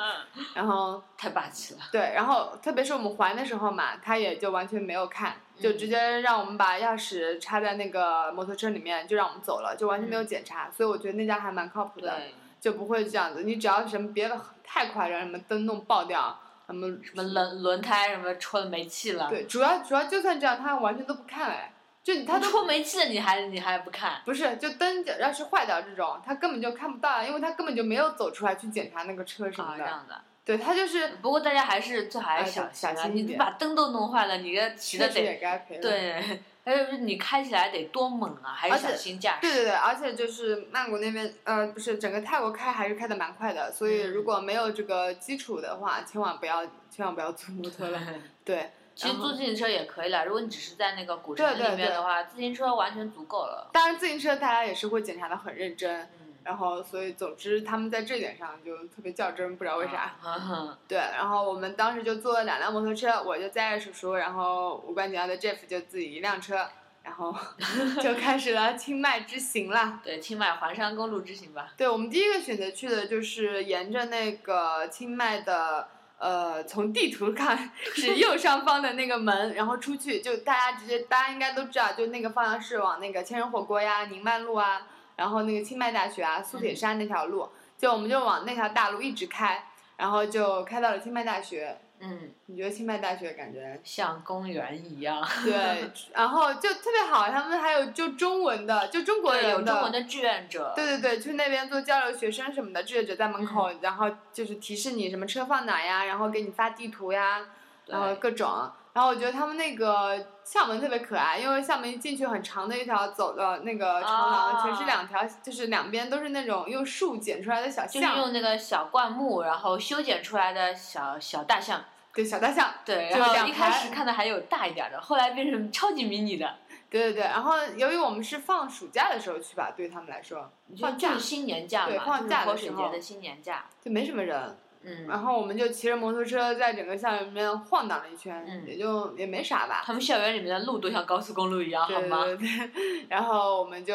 然后太霸气了。对，然后特别是我们还的时候嘛，他也就完全没有看，就嗯直接让我们把钥匙插在那个摩托车里面，就让我们走了，就完全没有嗯检查。所以我觉得那家还蛮靠谱的，对，就不会这样子。你只要什么别的太夸张，什么灯弄爆掉，什么什么轮轮胎什么戳没气了，对，主要主要就算这样，他完全都不看哎，就你他他 都戳没气了，你还你还不看？不是，就灯要是坏掉这种，他根本就看不到啊，因为他根本就没有走出来去检查那个车什啊，么这的。样的。对他就是不过大家还是最好还哎是小对小啊！心一你点把灯都弄坏了，你这骑的确实得也该赔了。对，还有就是你开起来得多猛啊，还是而且小心驾驶。对对对，而且就是曼谷那边，呃，不是整个泰国开还是开的蛮快的，所以嗯如果没有这个基础的话，千万不要千万不要租摩 托了。对，其实然后租自行车也可以了，如果你只是在那个古城嗯对对里面对的话，自行车完全足够了。当然自行车大家也是会检查的很认真，嗯，然后所以总之他们在这点上就特别较真，不知道为啥。啊？对，然后我们当时就坐了两辆摩托车，我就载着叔叔，然后无关紧要的 Jeff 就自己一辆车，然后 就开始了清迈之行啦。 对，清迈环山公路之行吧。对，我们第一个选择去的就是沿着那个清迈的，呃，从地图看 是右上方的那个门，然后出去就大家直接，大家应该都知道，就那个方向是往那个千人火锅呀、宁曼路啊，然后那个清迈大学啊、苏铁山那条路，就我们就往那条大路一直开，然后就开到了清迈大学。嗯，你觉得清迈大学感觉像公园一 样， 对，然后就特别好，他们还有就中文的，就中国人有中文的志愿者，对对对，去那边做交流学生什么的，志愿者在门嗯口，然后就是提示你什么车放哪呀，然后给你发地图呀，对然后各种。然后我觉得他们那个校门特别可爱，因为校门一进去很长的一条走的那个长廊，啊全是两条，就是两边都是那种用树剪出来的小就是巷。用那个小灌木，然后修剪出来的小小大象，对小大象，对，就然后两一开排始看的还有大一点的，后来变成超级迷你的，对对对。然后由于我们是放暑假的时候去吧，对他们来说就放就假是新年假对嘛，放假就的是时泼候水节的新年假，就没什么人，嗯，然后我们就骑着摩托车在整个校园里面晃荡了一圈，嗯也就也没啥吧。他们校园里面的路都像高速公路一样，好对吗？对对， 然后我们就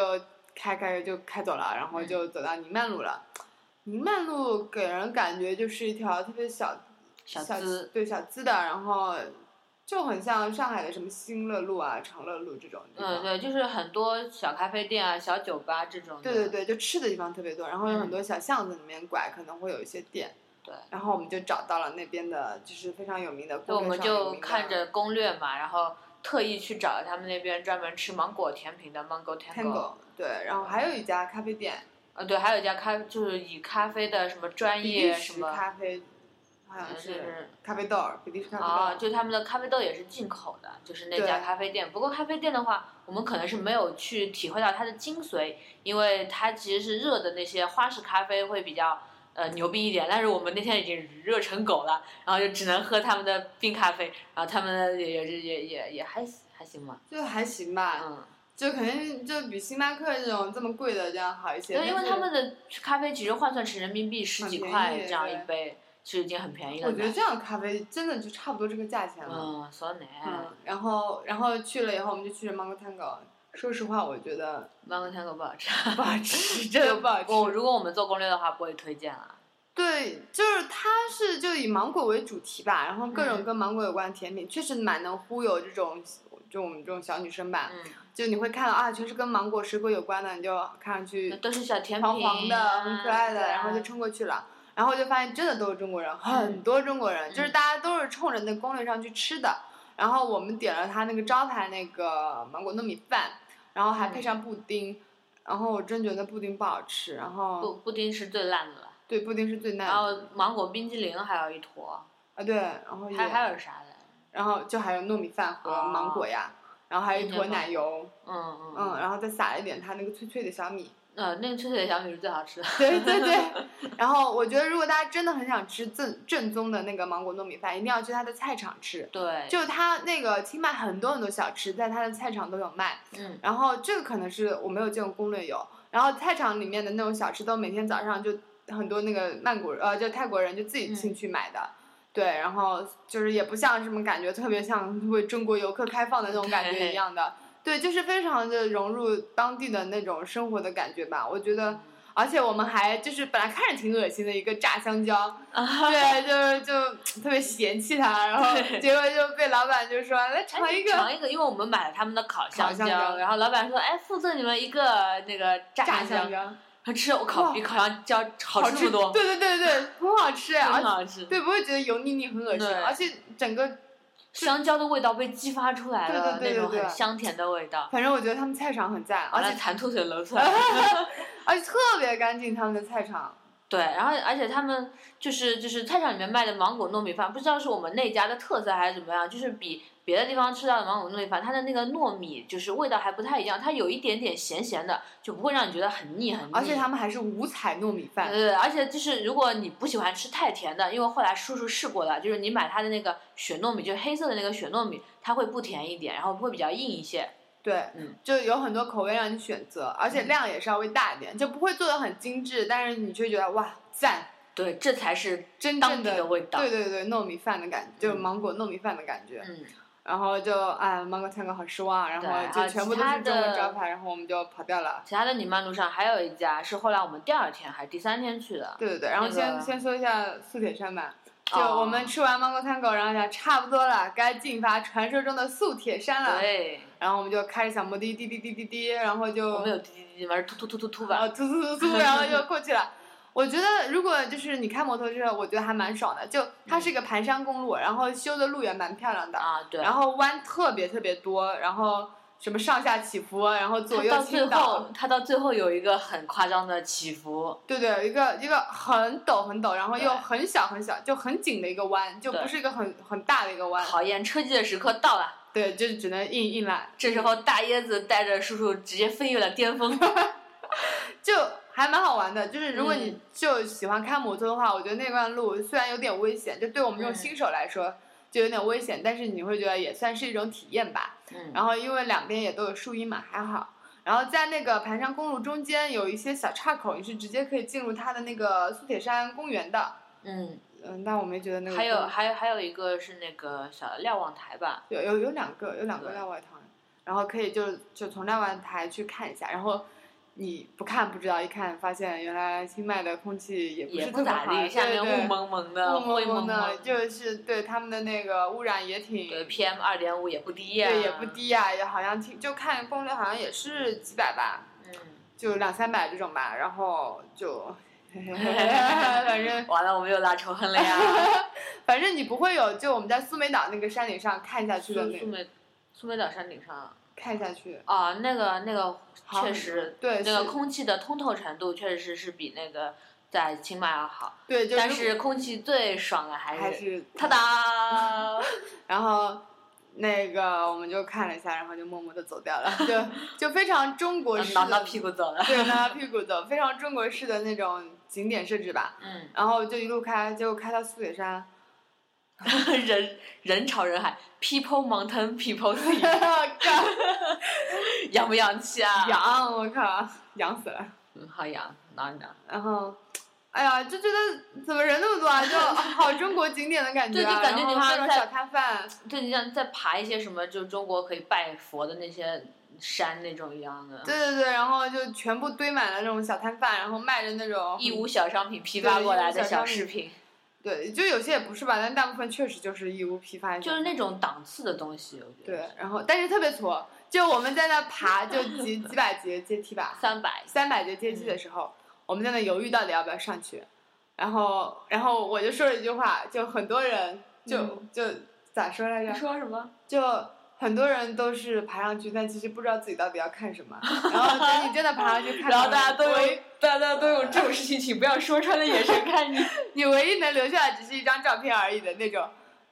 开开就开走了，然后嗯就走到宁曼路了。宁曼路给人感觉就是一条特别小小资资，对小资的，然后就很像上海的什么新乐路啊、长乐路这种嗯，地方。对，就是很多小咖啡店啊、小酒吧这种的，对对对，就吃的地方特别多，然后有嗯很多小巷子里面拐可能会有一些店。对然后我们就找到了那边的，就是非常有名的。所以我们就看着攻略嘛，然后特意去找他们那边专门吃芒果甜品的 Mango Tango， Tango，对，然后还有一家咖啡店，呃，对，还有一家咖就是以咖啡的什么专比业利什时么，咖啡，好像嗯，就是是咖啡豆儿，比利时咖啡豆啊，儿。就他们的咖啡豆也是进口的，就是那家对咖啡店。不过咖啡店的话，我们可能是没有去体会到它的精髓，因为它其实是热的那些花式咖啡会比较呃牛逼一点。但是我们那天已经热成狗了，然后就只能喝他们的冰咖啡，然后他们的也也也也也还还行嘛，就还行吧，嗯。就肯定就比星巴克这种这么贵的这样好一些。对，因但为是他们的咖啡其实换算成人民币十很几便块宜这样对一杯，其实已经很便宜了我觉得呢。这样咖啡真的就差不多这个价钱了。嗯，所以呢嗯，然后然后去了以后，我们就去了 Mango Tango。说实话，我觉得，Mango Tango 不好 吃，不好吃，真的不好吃。我如果我们做攻略的话，不会推荐啊。对，就是它是就以芒果为主题吧，然后各种嗯跟芒果有关的甜品，确实蛮能忽悠这种就我们这种小女生吧。嗯，就你会看到啊，全是跟芒果、水果有关的，你就看上去那都是小甜品、啊，黄黄的、很可爱的，对啊然后就冲过去了。然后我就发现真的都是中国人，很多中国人，就是嗯大家都是冲着那攻略上去吃的。然后我们点了他那个招牌那个芒果糯米饭，然后还配嗯上布丁。然后我真觉得布丁不好吃，然后布哦布丁是最烂的了，对布丁是最难然后芒果冰激凌还有一坨，啊对，然后也还还有啥的？然后就还有糯米饭和芒果呀，然后还有嗯一对坨芒奶油，嗯嗯嗯，，然后再撒一点它那个脆脆的小米，呃，那个脆脆的小米是最好吃的。对对对，然后我觉得如果大家真的很想吃正正宗的那个芒果糯米饭，一定要去它的菜场吃。对，就它那个清迈很多很多小吃，在它的菜场都有卖。嗯然后这个可能是我没有见过攻略有，然后菜场里面的那种小吃都每天早上就很多那个曼谷人呃就泰国人就自己进去买的。对，然后就是也不像什么感觉，特别像为中国游客开放的那种感觉一样的，对，就是非常的融入当地的那种生活的感觉吧。我觉得而且我们还就是本来看着挺恶心的一个炸香 蕉，对，就是就特别嫌弃它，然后对结果就被老板就说来哎尝一个尝一个，因为我们买了他们的烤烤香蕉然后老板说，哎，附赠你们一个那个炸香香，蕉，然后吃我烤哇比烤香蕉好好吃这么多，对对 对对，很好吃，真而且好吃。对不会觉得油腻腻很恶心，对而且整个香蕉的味道被激发出来了，对对对那种对很对香甜的味道。反正我觉得他们菜场很赞，而完了，且馋吐水流 出来。而且特别干净，他们的菜场，对，然后而且他们就是就是菜场里面卖的芒果糯米饭，不知道是我们那家的特色还是怎么样，就是比别的地方吃到的芒果糯米饭，它的那个糯米就是味道还不太一样，它有一点点咸咸的，就不会让你觉得很腻很腻。而且他们还是五彩糯米饭，对，而且就是如果你不喜欢吃太甜的，因为后来叔叔试过了，就是你买它的那个雪糯米，就是黑色的那个雪糯米，它会不甜一点，然后会比较硬一些。对，嗯就有很多口味让你选择，而且量也稍微大一点，就不会做的很精致，但是你却觉得哇赞，对，这才是真当正地的味道。对对对，糯米饭的感觉，就是嗯芒果糯米饭的感觉。嗯，然后就啊，芒果餐馆好失望，啊然对后还有就全部都其他是中文的招牌，然后我们就跑掉了。其他的你曼路上还有一家是后来我们第二天还是第三天去的，对对对，然后先、那个先说一下素铁山吧。就哦我们吃完芒果餐狗，然后想差不多了，该进发传说中的素铁山了。对，然后我们就开着小摩的滴滴滴滴滴，然后就我们有滴滴滴嘛，突突突突突吧。啊，突突突突，然后就过去了。我觉得如果就是你开摩托车，我觉得还蛮爽的。就它是一个盘山公路，然后修的路也蛮漂亮的，啊，对，然后弯特别特别多，然后什么上下起伏，啊然后左他右到最倾倒后，，他到最后有一个很夸张的起伏，对对，一个一个很陡很陡，然后又对很小很小，就很紧的一个弯，就不对是一个很很大的一个弯，考验车技的时刻到了。对，就只能硬硬来，这时候，大椰子带着叔叔直接飞跃了巅 峰。就还蛮好玩的。就是如果嗯你就喜欢开摩托的话，我觉得那段路虽然有点危险，就对我们这种嗯新手来说，就有点危险，但是你会觉得也算是一种体验吧。嗯，然后因为两边也都有树荫嘛，还好。然后在那个盘山公路中间有一些小岔口，你是直接可以进入它的那个苏铁山公园的。嗯，嗯，但我没觉得那个还公有园还有还有一个是那个小的瞭望台吧，有有有两个有两个对瞭望台，然后可以就就从瞭望台去看一下，然后你不看不知道，一看发现原来清迈的空气也不也是不特别咋好，地，下面对对雾蒙蒙的，雾灰蒙蒙的，就是对他们的那个污染也挺对啊 PM 二点五也不低呀，对也不，低啊呀、也好像挺就看攻略好像也是几百吧，嗯，就两三百这种吧，然后就 反正嗯完了我们又拉仇恨了 呀。反正你不会有就我们在苏梅岛那个山顶上看下去的苏那苏梅苏梅岛山顶上看下去，啊，那个那个好确很实，对那个是空气的通透程度确实是比那个在清迈要好，对，就但是空气最爽的还还是是他 哒，然后那个我们就看了一下，然后就默默的走掉了， 就就非常中国嗯式挠挠的，屁股走 了。对，拿他屁股走，非常中国式的那种景点设置吧。嗯，然后就一路开，结果开到苏铁山， 人人潮人海，People Mountain People Sea， 靠，洋不洋气啊？。痒，我靠，痒死了。嗯，好洋，挠一挠。然后，哎呀，就觉得怎么人那么多啊，就好中国景点的感觉、啊，对就感觉你然后好像各种在嗯小摊贩，对你像再爬一些什么，就中国可以拜佛的那些山那种一样的，对对对，然后就全部堆满了那种小摊贩，然后卖着那种义乌小商品批发对过义乌来的小小商饰品品，对，就有些也不是吧，但大部分确实就是义乌批发一下。就是那种档次的东西，我觉得。对，然后但是特别挫，就我们在那爬就 几几百节阶梯吧，三百，三百节阶梯嗯的时候，我们在那犹豫到底要不要上去，然后然后我就说了一句话，就很多人就、就咋说来着，嗯说什么？就。很多人都是爬上去，但其实不知道自己到底要看什 么。然后等你真的爬上去 看然到后了，大家都我有，大家都有这种事情，请不要说穿的眼神看你。你唯一能留下的只是一张照片而已的那种。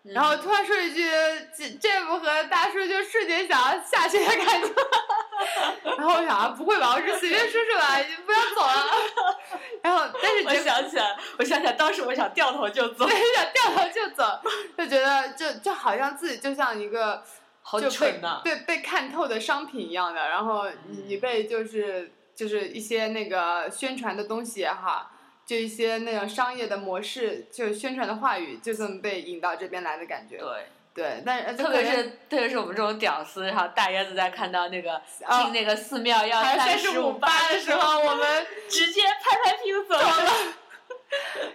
嗯然后突然说一句这这不和大叔就瞬间想要下去的感觉， 然后我想啊不会吧，我是随便说说吧，你不要走啊。然后但是我结果想起来，我想起来，当时我想掉头就走， 就想掉头就走，就觉得就就好像自己就像一个好就被蠢呐、嗯对被看透的商品一样的，然后你你被就是就是一些那个宣传的东西也好，就一些那种商业的模式，就是宣传的话语，就这么被引到这边来的感觉。对，对，但是特别是特别是我们这种屌丝，然后大椰子在看到那个啊进那个寺庙要还三三十十五五八八的的时时候，候，我们直接拍拍屁股走了。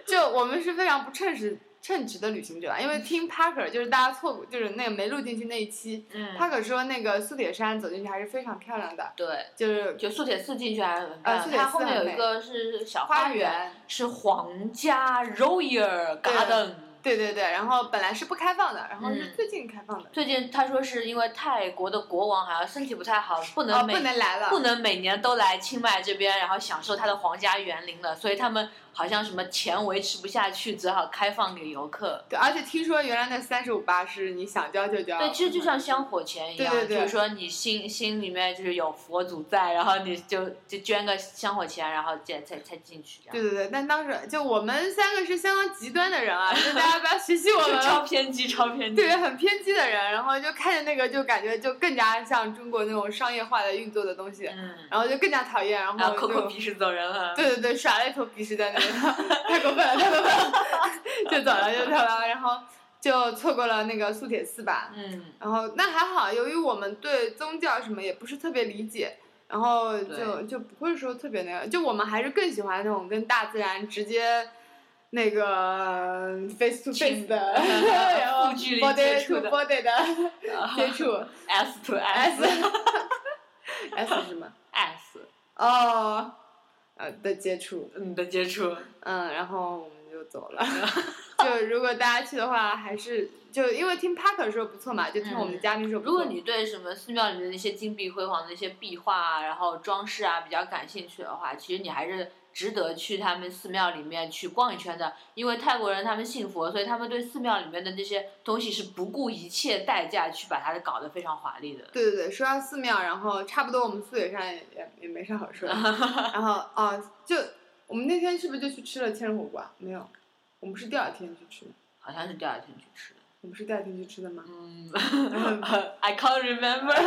就我们是非常不称职称职的旅行者吧，因为听 Parker 就是大家错过，就是那个没录进去那一期。嗯， Parker 说，那个苏铁山走进去还是非常漂亮的，对，就是就苏铁寺进去还很漂呃亮，苏铁它寺后面很有一美个是小花园，园。是皇家 Royal Garden。对对对，然后本来是不开放的，然后是嗯最近开放的，最近他说是因为泰国的国王好像身体不太好，不哦，能每、不能来了。不能每年都来清迈这边，然后享受他的皇家园林了，所以他们好像什么钱维持不下去，只好开放给游客。对，而且听说原来那三十五八是你想交就交。对，其实就像香火钱一样，对对对就是说你心心里面就是有佛祖在，然后你就就捐个香火钱，然后才才才进去这对样。对对，但当时就我们三个是相当极端的 人啊，就大家不要学习我们。超偏激，超偏激。对，很偏激的人，然后就看见那个就感觉就更加像中国那种商业化的运作的东西，嗯，然后就更加讨厌，然然后后抠就抠鼻屎走人了。对对对，耍了一头鼻屎在那里， 太过分了，太过分了， 就走了就走了，然后就错过了那个苏铁寺吧。嗯，然后那还好，由于我们对宗教什么也不是特别理解，然后就对就不会说特别那个，就我们还是更喜欢那种跟大自然直接那个 face to 亲 face 的，呃然后负距离 body 接触 to 的啊 body 的接触 S to S S S 是什么？ S，哦，呃的接触，嗯的接触。嗯，然后我们就走 了。就如果大家去的话，还是就因为听 Parker 说不错嘛，就听我们的嗯嘉宾说不如错果你对什么寺庙里面那些金碧辉煌的那些壁画啊，然后装饰啊比较感兴趣的话，其实你还是值得去他们寺庙里面去逛一圈的。因为泰国人他们信佛，所以他们对寺庙里面的那些东西是不顾一切代价去把它搞得非常华丽的。对对对，说到寺庙，然后差不多我们苏铁山也也也没啥好 说的。然后啊、就我们那天是不是就去吃了千人火锅啊？没有，我们是第二天去吃的。好像是第二天去吃的，我们是带进去 吃的吗？嗯，I can't remember。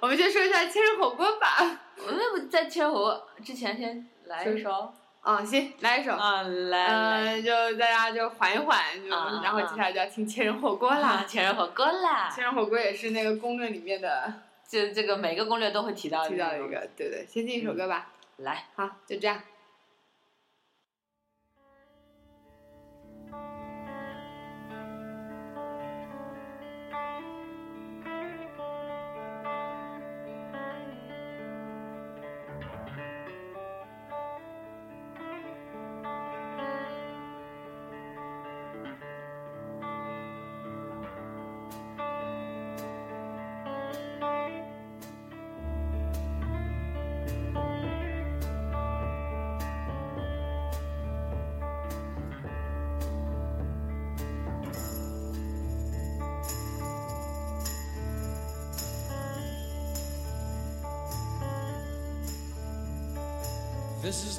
我们先说一下千人火锅吧。我们要不在切火之前先来一首？嗯，行，来一首。啊，来来嗯，就大家就缓一缓，就啊然后接下来就要听千人火锅啦， 啦。千人火锅啦，千人火锅也是那个攻略里面的就这个每个攻略都会提到提到的那一种，个，对对，先嗯进一首歌吧。来。好，就这样。 This is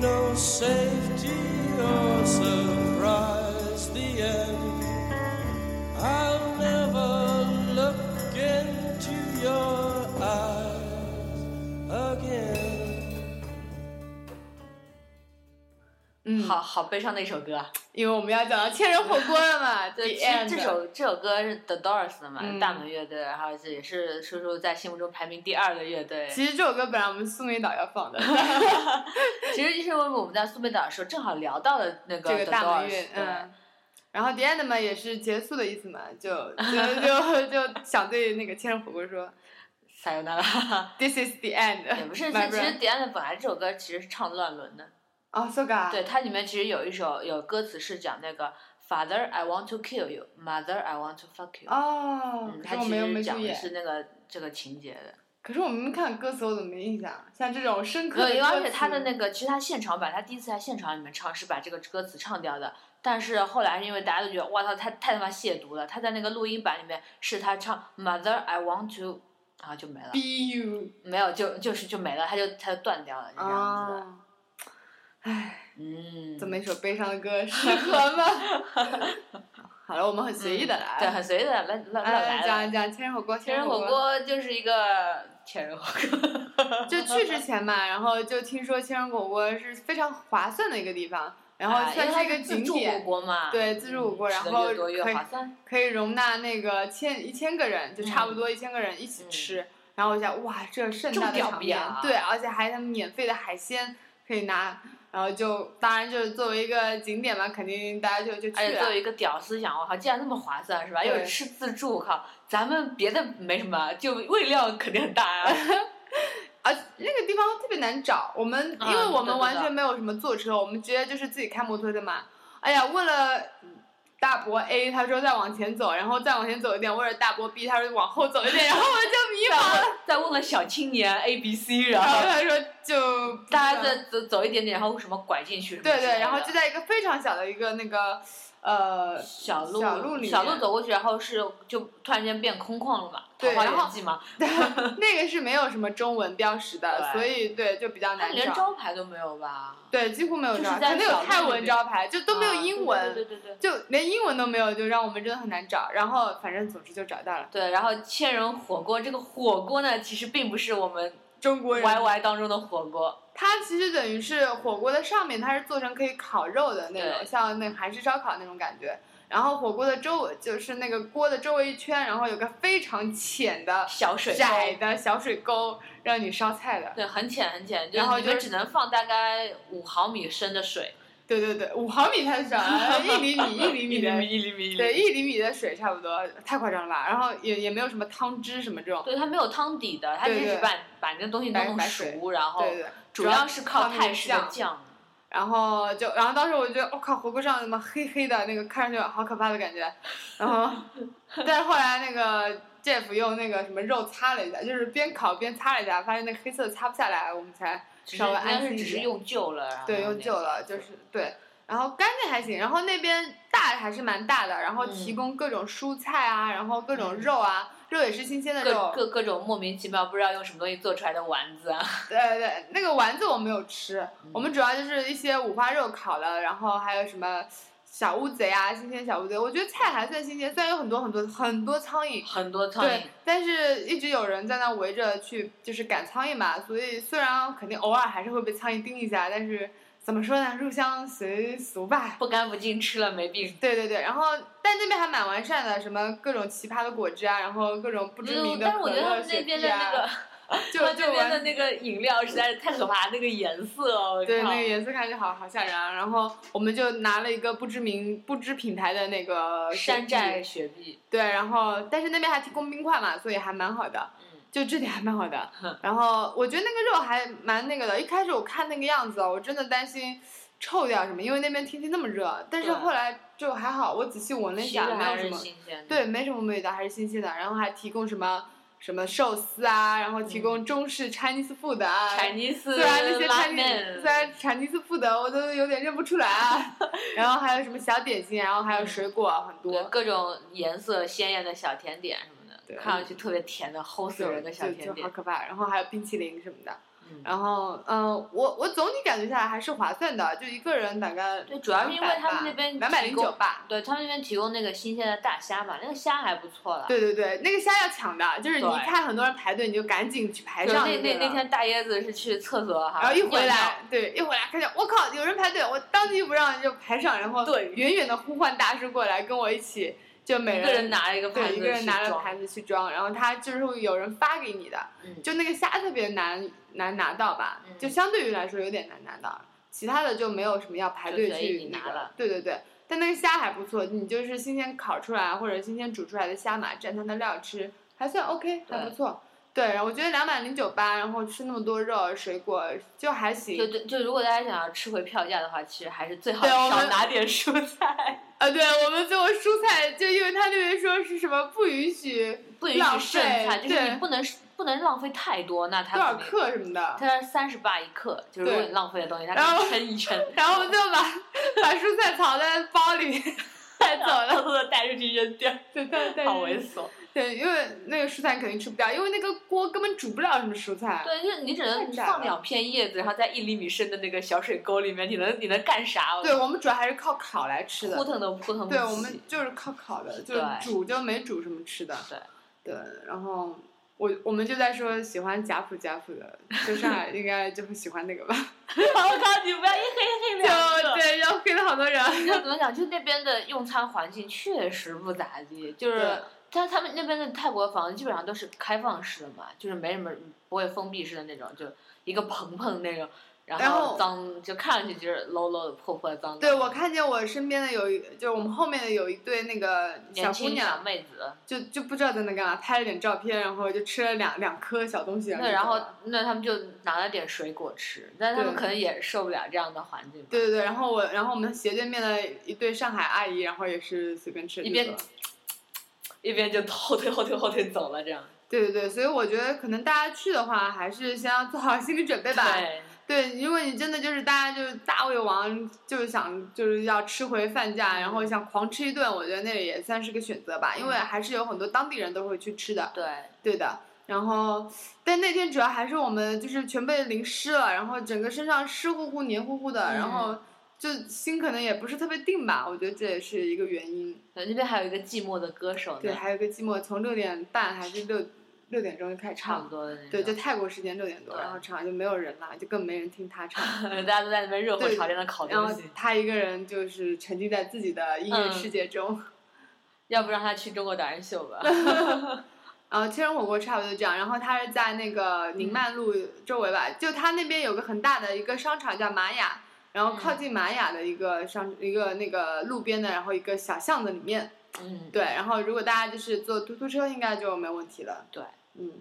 no safety or surprise. The end. I'll never look into your eyes again. 嗯，好，好悲伤的一首歌啊！因为我们要讲到千人火锅了嘛。对， the 其实 end 这首这首歌是 The Doors 的嘛，嗯大门乐队，然后这也是叔叔在心目中排名第二的乐队。其实这首歌本来我们苏梅岛要放的， 其实就是我们在苏梅岛的时候正好聊到了那个这 The 个大门 Doors，乐，对嗯。然后 the end 嘛也是结束的意思嘛， 就就就就想对那个千人火锅说撒由那 拉， ，This is the end。也不是，其 my 实其 friend 实 The End 本来这首歌其实是唱乱伦的，哦，so ga，对，它里面其实有一首有歌词是讲那个 Father I want to kill you, Mother I want to fuck you，、哦嗯，，可它是我其没有没实注讲意的，是那个这个情节的。可是我们看歌词我怎么没印象？像这种深刻的歌对，词，而且他的那个，其实他现场版，他第一次在现场里面唱是把这个歌词唱掉的，但是后来因为大家都觉得，哇操，太太他妈亵渎了。他在那个录音版里面是他唱 Mother I want to，然后就没了， B U 没有就就是就没了，他就他就断掉了，就这样子的。啊，唉，嗯，这么一首悲伤 的歌适合吗？好了，我们很随意的来，嗯对，很随意的来来来哎来讲了。一讲千人火锅，天人火锅。锅就是一个天人火锅，就去之前嘛，然后就听说千人火锅是非常划算的一个地方，然后啊因为算它一个是景自助火点，锅嘛，对自助火锅嗯然吃得后越多越可以划算。可以容纳那个千一千个人，就差不多一千个人一起吃。然后我想，哇，这盛嗯这大的么屌场逼面，啊对，而且还有免费的海鲜可以拿。然后就当然就是作为一个景点嘛，肯定大家就就去而且作了为。一个屌丝想，我靠，竟然那么划算是吧？对又是吃自助，我靠，咱们别的没什么，就味料肯定很大 啊。而啊那个地方特别难找，我们因啊为对我们对完对全没有什么坐车，我们直接就是自己开摩托的嘛。哎呀，问了大伯 A，他说再往前走，然后再往前走一点；问了大伯 B，他说往后走一点，然后我就 迷茫了。再问了小青年 A B C，然然后后 他说就 不大家知道再走走一点点，然后什么拐进去什么啊对之对，类然后的就在一个非常小的一个那个呃，小路小路里面走过去，然后是就突然间变空旷了嘛，桃对花然后源记嘛，那个是没有什么中文标识的，对所以对就比较它难连找。招牌都没有吧？对，几乎没有就是招，在可能有小路泰里文面招牌，就都没有啊英文。对对对对对。就连英文都没有，就让我们真的很难找。然后反正总之就找到了对，然后千人火锅这个火锅呢，其实并不是我们中国 YY 当中的火锅，它其实等于是火锅的上面，它是做成可以烤肉的那种，对像那韩式烧烤那种感觉。然后火锅的周围就是那个锅的周围一圈，然后有个非常浅的、小水沟窄的小水沟，让你烧菜的。对，很浅很浅，就是然后你就们是只能放大概五毫米深的水，对对对，五毫米太少了，呃一厘米一厘米的， 一厘米，一厘米对，一厘米的水差不多，太夸张了吧？然后也也没有什么汤汁什么这种，对，它没有汤底的，它只对是对把把那东西弄白弄白水熟，然后对对。哦主主要要是靠靠那个泰式的酱酱，然后就，然后当时我就觉得，我、靠，火锅上怎么黑黑的，那个看上去好可怕的感觉。然后，但是后来那个 Jeff 用那个什么肉擦了一下，就是边烤边擦了一下，发现那个黑色擦不下来，我们才只是稍微应该安是心一只是点。用旧了，然后对，那用旧个了，就是对。然后干净还行，然后那边大还是蛮大的，然后提嗯供各种蔬菜啊，然后各种肉啊，肉也是新鲜的各肉。各各种莫名其妙不知道用什么东西做出来的丸子啊，对呃对，那个丸子我没有吃，嗯我们主要就是一些五花肉烤了，然后还有什么小乌贼啊，新鲜小乌贼。我觉得菜还算新鲜，虽然有很多很多很多苍蝇，很多苍对蝇。，但是一直有人在那围着去就是赶苍蝇嘛，所以虽然肯定偶尔还是会被苍蝇叮一下，但是怎么说呢，入乡随俗吧。不干不净吃了没病，对对对，然后但那边还蛮完善的，什么各种奇葩的果汁啊，然后各种不知名嗯，的但是可我觉得他乐、们那雪边碧的啊 那，个，就他们就那边的完那个饮料实在是太可怕，那个颜色哦，我对，靠那个颜色看着好好吓人啊。然后我们就拿了一个不知名、不知品牌的那个山寨雪雪碧，碧，对，然后但是那边还提供冰块嘛，所以还蛮好的。嗯，就这点还蛮好的，然后我觉得那个肉还蛮那个的。一开始我看那个样子哦，我真的担心臭掉什么，因为那边天气那么热。但是对后来就还好，我仔细闻了一其实下，没有还什是么。新鲜的。对，没什么味道，还是新鲜的。然后还提供什么什么寿司啊，然后提供中式 Chinese food 啊。嗯 ，Chinese 虽然那些 Chinese，虽 ramen，然 Chinese food 我都有点认不出来啊。 然后还有什么小点心，啊然后还有水果很嗯对多。各种颜色鲜艳的小甜点什么对的，看上去特别甜的齁死就人的小就甜就好点。可怕，然后还有冰淇淋什么的，嗯，然后嗯、呃我我总体感觉下来还是划算的，就一个人大概对，主要是因为他们那边两百提零供九吧，对他们那边提供那个新鲜的大虾嘛，那个虾还不错了。对对对，那个虾要抢的，就是你一对看很多人排队，你就赶紧去排对，上那就那对那了天大椰子是去厕所哈，然后一回尿尿来，对，一回来看见我靠，有人排队，我当机不让就排上，然后对远远的呼唤大叔过来跟我一起，就每一个人拿了一个盘对子一个人拿去着装盘子去装，然后他就是会有人发给你的，嗯就那个虾特别难难拿到吧，嗯就相对于来说有点难拿到，其他的就没有什么要排队就随意去你那拿个了，对对对。但那个虾还不错，你就是新鲜烤出来或者新鲜煮出来的虾嘛，蘸它的料吃，还算 OK，还对不错。对，然后我觉得两百零九八，然后吃那么多肉水果就还行。就就就如果大家想要吃回票价的话，其实还是最好对我少们拿点蔬菜，啊，对，我们最后蔬菜就因为他那边说是什么不允许 不允许浪剩费菜，就是对你不能不能浪费太多，那多它少可能克什么的，它三十八一克，就是如果对你浪费的东西，它然后可以称一称，然后我们就把把蔬菜藏在包里 带走了，偷偷的带出去扔掉，对，带带好猥琐。对，因为那个蔬菜肯定吃不掉，因为那个锅根本煮不了什么蔬菜。对，就是你只能太窄放了两片叶子，然后在一厘米深的那个小水沟里面，你能你能干啥？我对，我们主要还是靠烤来吃扑的。腾都扑腾不对，起。我们就是靠烤的，就是对煮就没煮什么吃的。对对，然后我我们就在说喜欢贾府贾府的，就上海应该就会喜欢那 个吧。 我靠，你不要一黑黑就两 个。对，要黑了好多人。要怎么讲？就那边的用餐环境确实不咋地，就是对他他们那边的泰国房子基本上都是开放式的嘛，就是没什么不会封闭式的那种，就一个棚棚那种，然然后后脏就看上去就是 low low 的破破的脏脏的。哎对，我看见我身边的有一，就是我们后面的有一对那个小年姑轻小娘，妹子，就就不知道在那干嘛，拍了点照片，然后就吃了两两颗小东西。对，然就后走了那他们就拿了点水果吃，但他们对可能也受不了这样的环境吧，对对对，然后我，然后我们斜对面的一对上海阿姨，然后也是随便吃就一边走了 一边就后退后退后退走了这样。对对对，所以我觉得可能大家去的话，还是先要做好心理准备吧。对，对，如果你真的就是大家就是大胃王，就是想就是要吃回饭价，然后想狂吃一顿，我觉得那也算是个选择吧，因为嗯还是有很多当地人都会去吃的。对，对的。然后，但那天主要还是我们就是全被淋湿了，然后整个身上湿乎乎、黏糊糊的，嗯然后就心可能也不是特别定吧，我觉得这也是一个原因。对那边还有一个寂寞的歌手对，呢，还有一个寂寞，从六点半还是六六点钟就开始差不唱了，多的那种。对，就泰国时间六点多，对然后唱就没有人了，就更没人听 他唱， 大家都在那边热火朝天的烤然东后西，他一个人就是沉浸在自己的音乐嗯世界中。要不让他去中国达人秀 吧？然后千人火锅差不多就这样，然后它是在那个宁曼路周围吧，就它那边有个很大的一个商场叫玛雅，然后靠近玛雅的一个商、一个那个路边的，然后一个小巷子里面，嗯，对，然后如果大家就是坐突突车应该就没问题了，对，嗯，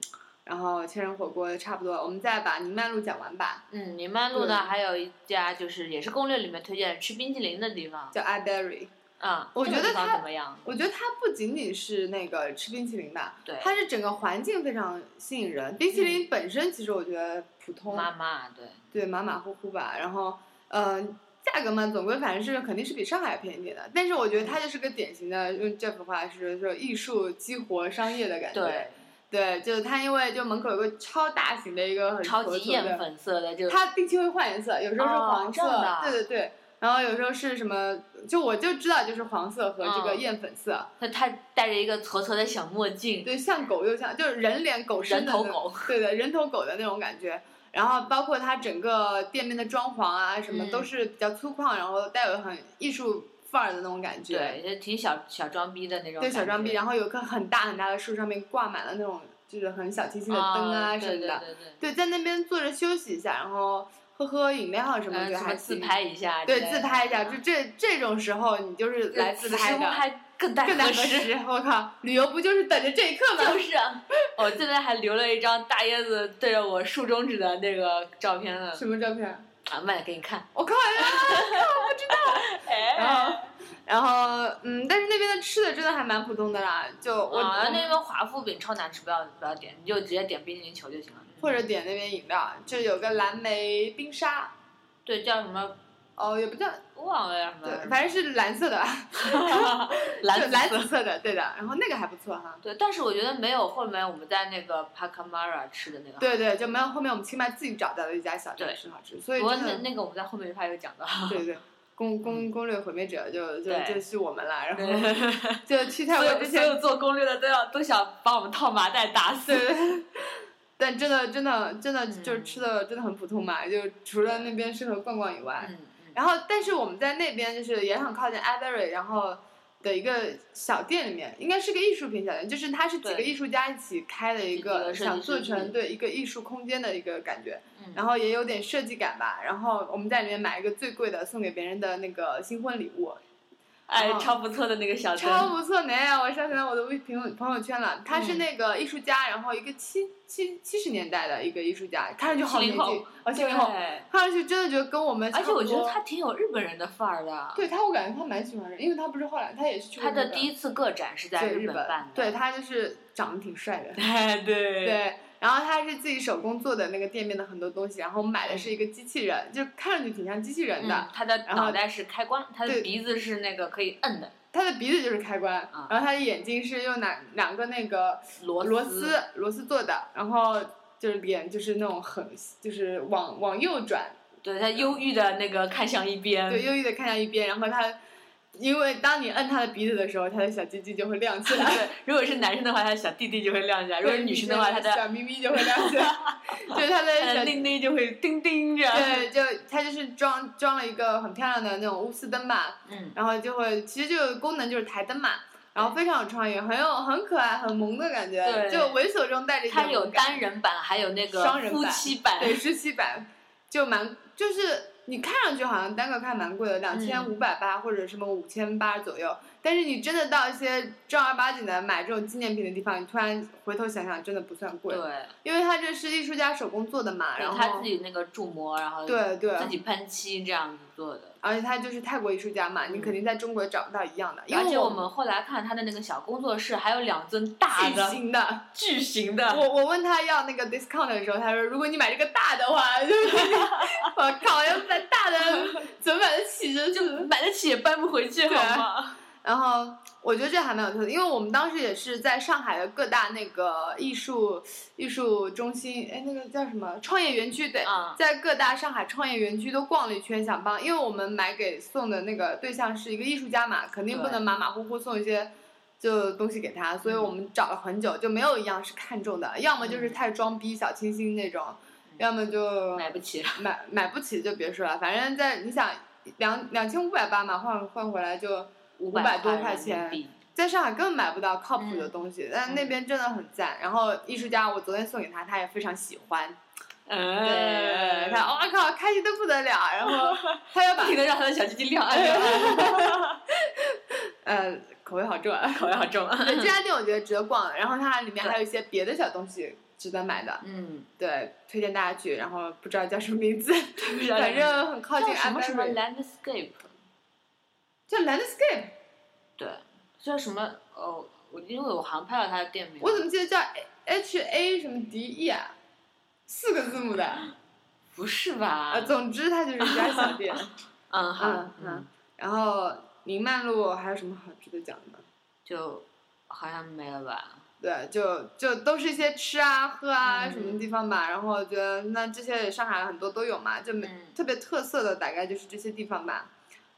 然后千人火锅差不多了，我们再把宁曼路讲完吧，嗯，宁曼路呢对还有一家就是也是攻略里面推荐吃冰淇淋的地方，叫 iBerry。啊，我这个觉得地方它怎么样？我觉得它不仅仅是那个吃冰淇淋吧，对，它是整个环境非常吸引人。冰淇淋本身其实我觉得普通，妈妈对，对马马虎虎吧。然后，嗯、价格嘛，总归反正是肯定是比上海便宜一点的。但是我觉得嗯它就是个典型的，用这幅画是说艺术激活商业的感觉。对，对，就是它因为就门口有个超大型的一个很超佛级祖的艳粉色的就它定期会换颜色，有时候是哦黄色，这样的啊对对对，然后有时候是什么，就我就知道就是黄色和这个嗯艳粉色，他他戴着一个矬矬的小墨镜，对，像狗又像就是人脸狗身人的那头种，狗， 对的，人头狗的那种感觉。然后包括它整个店面的装潢啊，什么嗯都是比较粗犷，然后带有很艺术范儿的那种感觉。对，就挺小小装逼的那种对感觉，小装逼，然后有棵很大很大的树，上面挂满了那种就是很小清新的灯啊什么的。对对对对对，在那边坐着休息一下，然后喝喝饮料什么，嗯什觉得么还自行。拍一下之类对，的，啊自拍一下，就这这种时候你就是对来自此拍时不 的，拍更大更难合合适。适。我靠，旅游不就是等着这一刻吗就？ 是啊，我这边还留了一张大椰子对着我竖中指的那个照片呢，什么照片？啊，慢点给你 看。我靠呀！然哎，后， 然后，嗯，但是那边的吃的真的还蛮普通的啦，就我、啊，我那边华夫饼超难吃，不要不要点，你就直接点冰淇淋球就行了。或者点那边饮料，就有个蓝莓冰沙，对叫什么哦，也不叫，忘了叫什对，么，反正是蓝色 的吧，就蓝蓝色紫色的，对的，然后那个还不错哈。对，但是我觉得没有后面我们在那个 Pacamara 吃的那个。对对，就没有后面我们清迈自己找到的一家小店对是好吃，所以不过真那的那个我们在后面他有讲到，对对，攻攻攻略毁灭者就就对就是我们啦，然 后对 就去泰所国有之所前，有做攻略的都要都想把我们套麻袋打死 对。 对。但真的真的真的就是嗯吃的真的很普通嘛，就除了那边适合逛逛以外，嗯，嗯然后但是我们在那边就是也很靠近 Avery，然后的一个小店里面，应该是个艺术品小店，就是它是几对个艺术家一起开的一一个个设计想做师成嗯对一个艺术空间的一个感觉，嗯然后也有点设计感吧。然后我们在里面买一个最贵的送给别人的那个新婚礼物，哎哦，超不错的那个小灯，超不错呢！我上次在我的微评论朋友圈了，他是嗯那个艺术家，然后一个七七七十年代的一个艺术家，看上去好年70后纪，哦而且对，看上去真的觉得跟我们差而且我不觉得多他挺有日本人的范儿的。对他，我感觉他蛮喜欢人，因为他不是后来他也是去他的第一一次个展是在对本办的。 对他就是长得挺帅的，哎，对对。然后他是自己手工做的那个店面的很多东西，然后买的是一个机器人，就看上去挺像机器人的嗯，，他的然后脑袋是开关，他对的鼻子是那个可以摁的他的鼻子就是开关，啊然后他的眼睛是用哪两个那个螺螺丝螺丝做的，然后就是脸就是那种很就是往往右转，对他忧郁的那个看向一边， 对，忧郁的看向一边，然后他。因为当你摁他的鼻子的时候，他的小鸡鸡就会亮起来。 对，如果是男生的话，他小弟弟就会亮起来；如果是女生的话，他的小咪咪就会亮 起来，就是他的他小的内内就会叮叮着。对，就它就是装装了一个很漂亮的那种钨丝灯吧，嗯，然后就会其实这个功能就是台灯嘛，然后非常有创意，很有很可爱、很萌的感觉，对就猥琐中带着一点他有萌感单人版，还有那个双人夫版妻版，对十七版，就蛮就是你看上去好像单个看蛮贵的，两千五百嗯八或者什么五千八左右，但是你真的到一些正儿八经的买这种纪念品的地方，你突然回头想想，真的不算贵，对因为它这是艺术家手工做的嘛，然然后后他自己那个铸模，然后对对，自己喷漆这样子做的。而且他就是泰国艺术家嘛，你肯定在中国找不到一样的，因嗯而为且我们后来看他的那个小工作室，还有两尊大巨的、型的。巨型我的，我问他要那个 discount 的时候，他说如果你买这个大的话，就是 我靠，要买大 的怎么买得起？真。就是买得起也搬不回去，对好吗？然后我觉得这还蛮有特色，因为我们当时也是在上海的各大那个艺术艺术中心，哎，那个叫什么创业园区？对，啊，在各大上海创业园区都逛了一圈，想帮，因为我们买给送的那个对象是一个艺术家嘛，肯定不对能马马虎虎送一些就东西给他，所以我们找了很久，就没有一样是看中的，要么就是太装逼、小清新那种，要么就买不起。买买不起就别说了，反正在你想两两千五百八嘛，换换回来就五百多块人钱民，币，在上海根本买不到靠谱的东西，但那边真的很赞。然后艺术家，我昨天送给他，他也非常喜欢。对，哎，他我靠，开心的不得了。然后他要把不停的让他的小鸡鸡亮，哎亮哎，呃口味好重啊。口味好重。对，这家店我觉得值得逛，然后它里面还有一些别的小东西，值得买的。嗯，对，推荐大家去，然后不知道叫什么名字，反反正很靠叫近什么 Apple，什么 landscape，叫 Landscape，对，叫什么哦，我因为我好像拍了他的店名，我怎么记得叫 H A 什么 D E 啊？四个字母的，不是吧？啊，总之它就是一家小店。嗯好，嗯嗯，然后宁曼路还有什么好值得讲的吗？就好像没了吧？对，就就都是一些吃啊、喝啊、嗯什么地方吧。然后我觉得那这些上海很多都有嘛，就没、嗯特别特色的大概就是这些地方吧。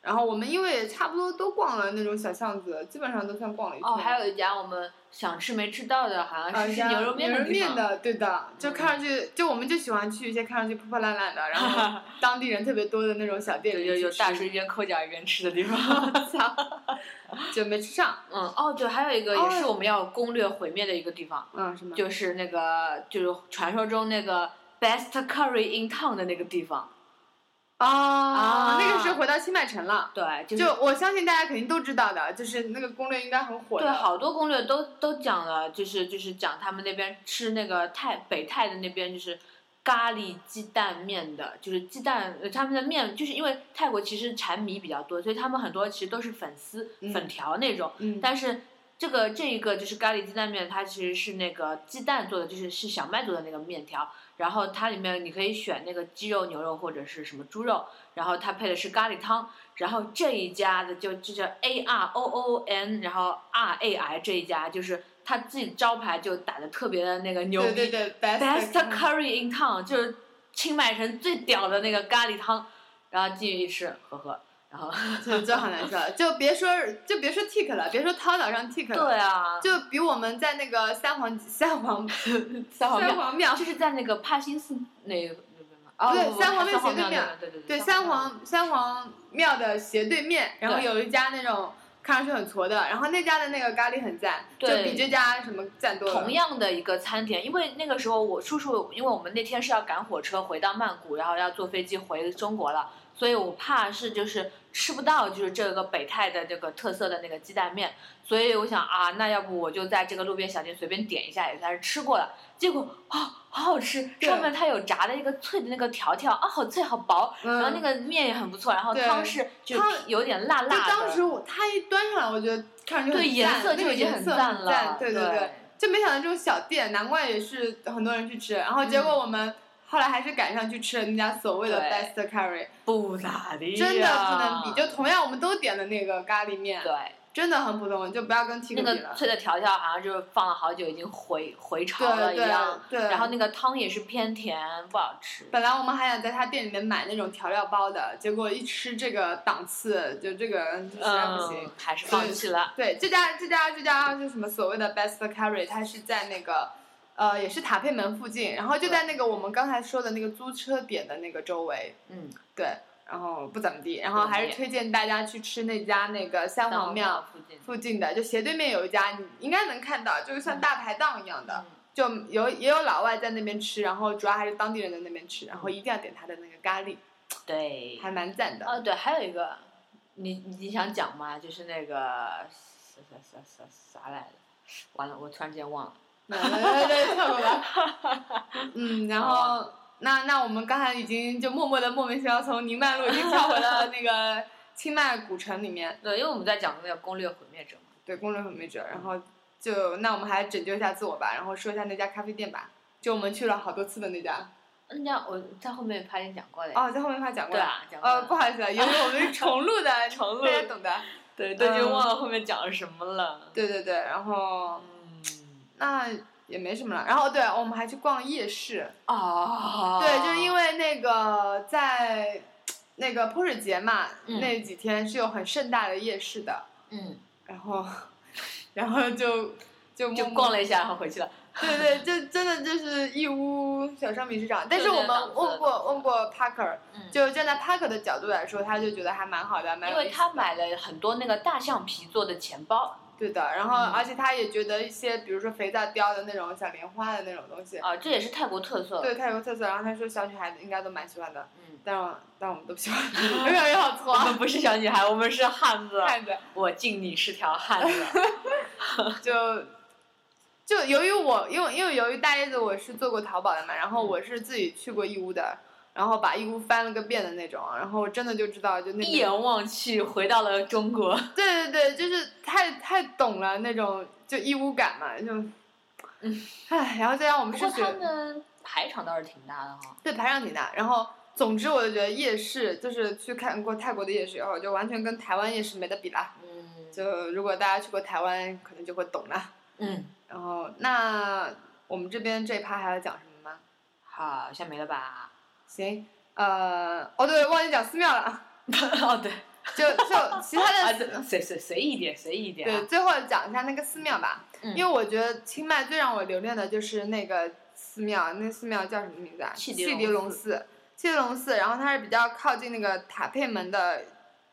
然后我们因为也差不多都逛了那种小巷子，基本上都算逛了一圈。哦，还有一家我们想吃没吃到的，好啊像是吃像牛肉面牛的肉地面方。的，对的，就看上去、就我们就喜欢去一些看上去破破烂烂的，然后当地人特别多的那种小店有里有有去大吃叔 一边抠脚一边吃的地方，就没吃上。嗯，哦，对，还有一个哦也是我们要攻略毁灭的一个地方，嗯，什么？就是那个就是传说中那个 best curry in town 的那个地方，哦，啊那个是回到新麦城了。对，就是就我相信大家肯定都知道的，就是那个攻略应该很火的。对，好多攻略都都讲了，就是就是讲他们那边吃那个泰北泰的那边就是咖喱鸡蛋面的，就是鸡蛋呃他们的面，就是因为泰国其实产米比较多，所以他们很多其实都是粉丝、嗯粉条那种，嗯，但是。这个这一个就是咖喱鸡蛋面，它其实是那个鸡蛋做的，就是是小麦做的那个面条。然后它里面你可以选那个鸡肉、牛肉或者是什么猪肉，然后它配的是咖喱汤。然后这一家的就就叫 A R O O N，然后 R A I 这一家就是它自己招牌就打的特别的那个牛逼对对对，Best ，best c Curry in Town 就是清迈城最屌的那个咖喱汤。然后进去一吃，呵呵，然 后就就好难说，就别说就别说 tick 了，别说涛岛上 tick 了，对啊，就比我们在那个三皇三皇 三皇三庙，皇庙就是在那个帕辛寺那 那边吗？哦对不不三皇不庙斜对那面边对对对三皇三皇庙的斜对面，然后对有一家那种看上去很矬的，然后那家的那个咖喱很赞，就对比这家什么赞多了。同样的一个餐点，因为那个时候我叔叔，因为我们那天是要赶火车回到曼谷，然后要坐飞机回中国了，所以我怕是就是吃不到就是这个北泰的这个特色的那个鸡蛋面，所以我想啊，那要不我就在这个路边小店随便点一下，也算是吃过了。结果啊、好好吃，对上面它有炸的一个脆的那个条条啊，好脆好薄，嗯然后那个面也很不错，然后对汤是就汤有点辣辣的，就当时我他一端上来，我觉得看上去很对颜赞色那就个已经颜很色赞很了对对对。就没想到这种小店，难怪也是很多人去吃。然后结果我们后来还是赶上去吃了那家所谓的嗯对 best curry，不咋地呀，真的不能比。就同样我们都点的那个咖喱面，对。真的很普通，就不要跟 Tico 那比个了。脆的条条好像就是放了好久，已经回回潮了对一对样。对，然后那个汤也是偏甜，不好吃。本来我们还想在他店里面买那种调料包的，结果一吃这个档次，就这个实在不行。嗯，还是放弃了。对，这家这家这家就什么所谓的 Best Curry，它是在那个呃也是塔佩门附近，然后就在那个我们刚才说的那个租车点的那个周围，嗯，对，然后不怎么地，然后不怎么还地是推荐大家去吃那家那个三三皇皇庙附近。嗯附近的，就斜对面有一家，你应该能看到，就是像大排档一样的嗯，就有也有老外在那边吃，然后主要还是当地人在那边吃，嗯然后一定要点他的那个咖喱，对。还蛮赞的。哦，对，还有一个，你你你想讲吗？就是那个啥啥啥啥啥来着？完了，我突然间忘了。来来来来，跳过吧。嗯，然后哦那那我们刚才已经就默默的莫名其妙从宁曼路已经跳回了那个清迈古城里面，对，因为我们在讲那个攻略毁灭者嘛。对，攻略很没辙。然后就那我们还拯救一下自我吧，然后说一下那家咖啡店吧，就我们去了好多次的那家。人家嗯我在后面拍你讲过的呀。哦，在后面快讲过对了。啊，讲过呃，了。不好意思，因为我们是重录的， 重录大家懂的。对，都已嗯经忘了后面讲了什么了。对对对，然后嗯。那也没什么了。然后对，我们还去逛夜市，哦。对，就是因为那个在那个泼水节嘛，嗯那几天是有很盛大的夜市的，嗯，然后 然后就就默就默逛了一下，然后回去了。 对对，就真的就是义乌小商品市场。但是就那我们档次问过问过 Parker，嗯就站在 Parker 的角度来说，他就觉得还蛮好的，蛮因有意为思他买了很多那个大象皮做的钱包对的。然后嗯而且他也觉得一些，比如说肥皂雕的那种小莲花的那种东西，啊，这也是泰国特色。对，他有个特色。然后他说小女孩子应该都蛮喜欢的，嗯，但我但我们都不喜欢， 有点有好挫我。们不是小女孩，我们是汉子。看着 我敬你是条汉子。就就由于我，因为因为由于大叶子我是做过淘宝的嘛，然嗯后我是自己去过义乌的，然后把义乌翻了个遍的那种，然后我真的就知道，就那边一眼望去，回到了中国。对对对，就是太太懂了那种就义乌感嘛，就，嗯，唉，然后再让我们不是过学他们排场倒是挺大的哈。对排量挺大，然后总之我就觉得夜市就是去看过泰国的夜市以后，就完全跟台湾夜市没得比啦。嗯就如果大家去过台湾，可能就会懂啦。嗯，然后那我们这边这一趴还要讲什么吗？好像没了吧？ 行，呃，哦对，忘记讲寺庙了，哦对，就就其 他啊的。对，随随随意一点，随意一点对，啊。最后讲一下那个寺庙吧，嗯因为我觉得清迈最让我留恋的就是那个寺庙，那寺庙叫什么名字啊？汽笛笛龙龙寺。汽笛龙寺，然后它是比较靠近那个塔佩门的，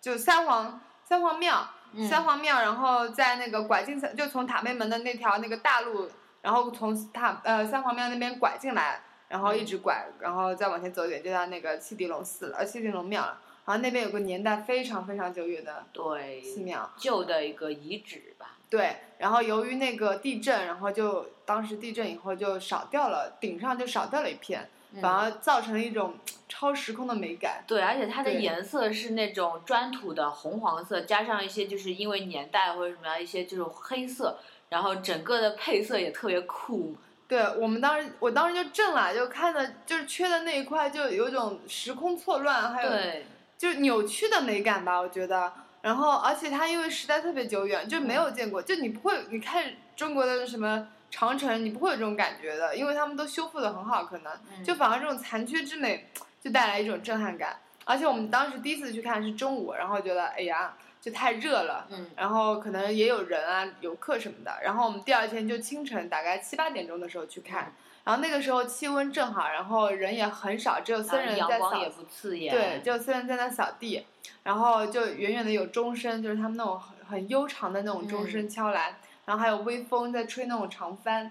就三皇三皇庙，嗯三皇庙，然后在那个拐进三，就从塔佩门的那条那个大路，然后从塔呃三皇庙那边拐进来，然嗯后一直拐，然后再往前走一点就到那个汽笛龙寺了，呃汽笛龙庙了。然后那边有个年代非常非常久远的对寺庙，旧的一个遗址吧。对，然后由于那个地震，然后就当时地震以后就少掉了，顶上就少掉了一片，嗯反而造成了一种超时空的美感。对，而且它的对颜色是那种砖土的红黄色，加上一些就是因为年代或者什么样一些这种黑色，然后整个的配色也特别酷。对我们当时，我当时就震了，就看的就是缺的那一块，就有一种时空错乱，还有对，就是扭曲的美感吧，我觉得。然后，而且它因为时代特别久远，就没嗯有见过，就你不会，你看中国的什么长城，你不会有这种感觉的，因为他们都修复的很好，可能嗯就反而这种残缺之美就带来一种震撼感。而且我们当时第一次去看是中午，然后觉得哎呀，就太热了，嗯然后可能也有人啊、游客什么的。然后我们第二天就清晨大概七八点钟的时候去嗯看，然后那个时候气温正好，然后人也很少，只有僧然后人啊阳在扫光也不刺眼。对，就虽然在那扫地，然后就远远的有钟声，就是他们那种很很悠长的那种钟嗯声敲来，然后还有微风在吹那种长帆，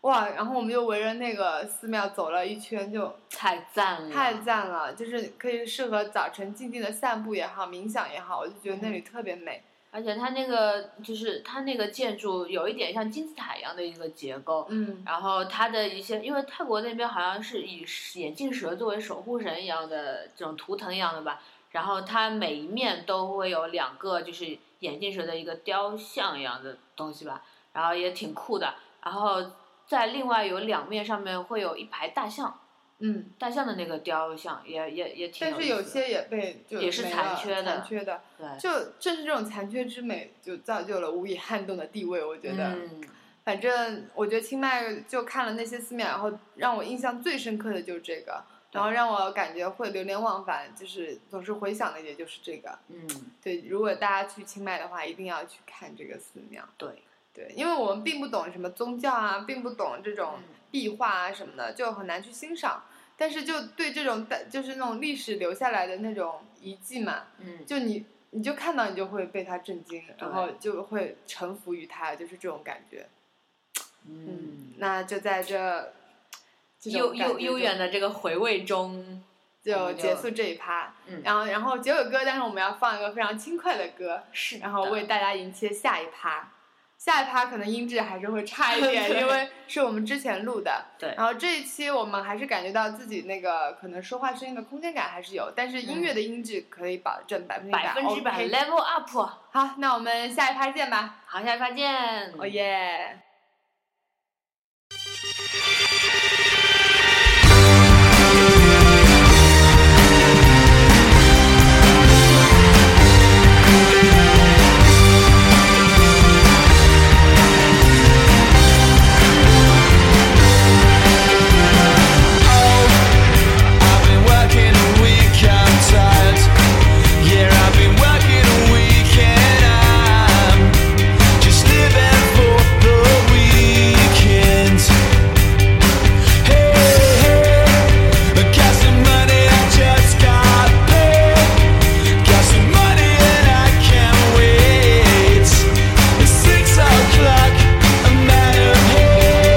哇！然后我们就围着那个寺庙走了一圈就，太赞了，太赞了，就是可以适合早晨静静的散步也好，冥想也好，我就觉得那嗯里特别美。而且它那个就是它那个建筑有一点像金字塔一样的一个结构，嗯，然后它的一些，因为泰国那边好像是以眼镜蛇作为守护神一样的这种图腾一样的吧，然后它每一面都会有两个就是眼镜蛇的一个雕像一样的东西吧，然后也挺酷的，然后在另外有两面上面会有一排大象，嗯，大象的那个雕像也也也挺但是有有意思的些也被就也是没残了缺的残缺的，对，就正是这种残缺之美，就造就了无以撼动的地位，我觉得。嗯反正我觉得清迈就看了那些寺庙，然后让我印象最深刻的就是这个，然后让我感觉会流连忘返，就是总是回想的也就是这个。嗯对，如果大家去清迈的话，一定要去看这个寺庙。对，对，因为我们并不懂什么宗教啊，并不懂这种嗯壁画啊什么的，就很难去欣赏。但是就对这种带就是那种历史留下来的那种遗迹嘛，嗯就你你就看到你就会被它震惊，然对后就会臣服于它，就是这种感觉。嗯嗯，。那就在这这种悠感悠觉悠中远的这个回味中，就嗯结就束这一趴。嗯然后然后结尾歌，但是我们要放一个非常轻快的歌，是然后为为大家迎接下一趴。下一趴可能音质还是会差一点， 对因为是我们之前录的。对然后这一期我们还是感觉到自己那个可能说话声音的空间感还是有，但是音乐的音质可以保证百分之百。嗯百分之百 OK level up。好，那我们下一趴见吧。好，下期再见。哦耶！ I've been working a week, I'm tired. Yeah, I've been working a week and I'm just living for the weekend. Hey, hey, I got some money, I just got paid. Got some money and I can't wait. It's six o'clock, a matter of hell.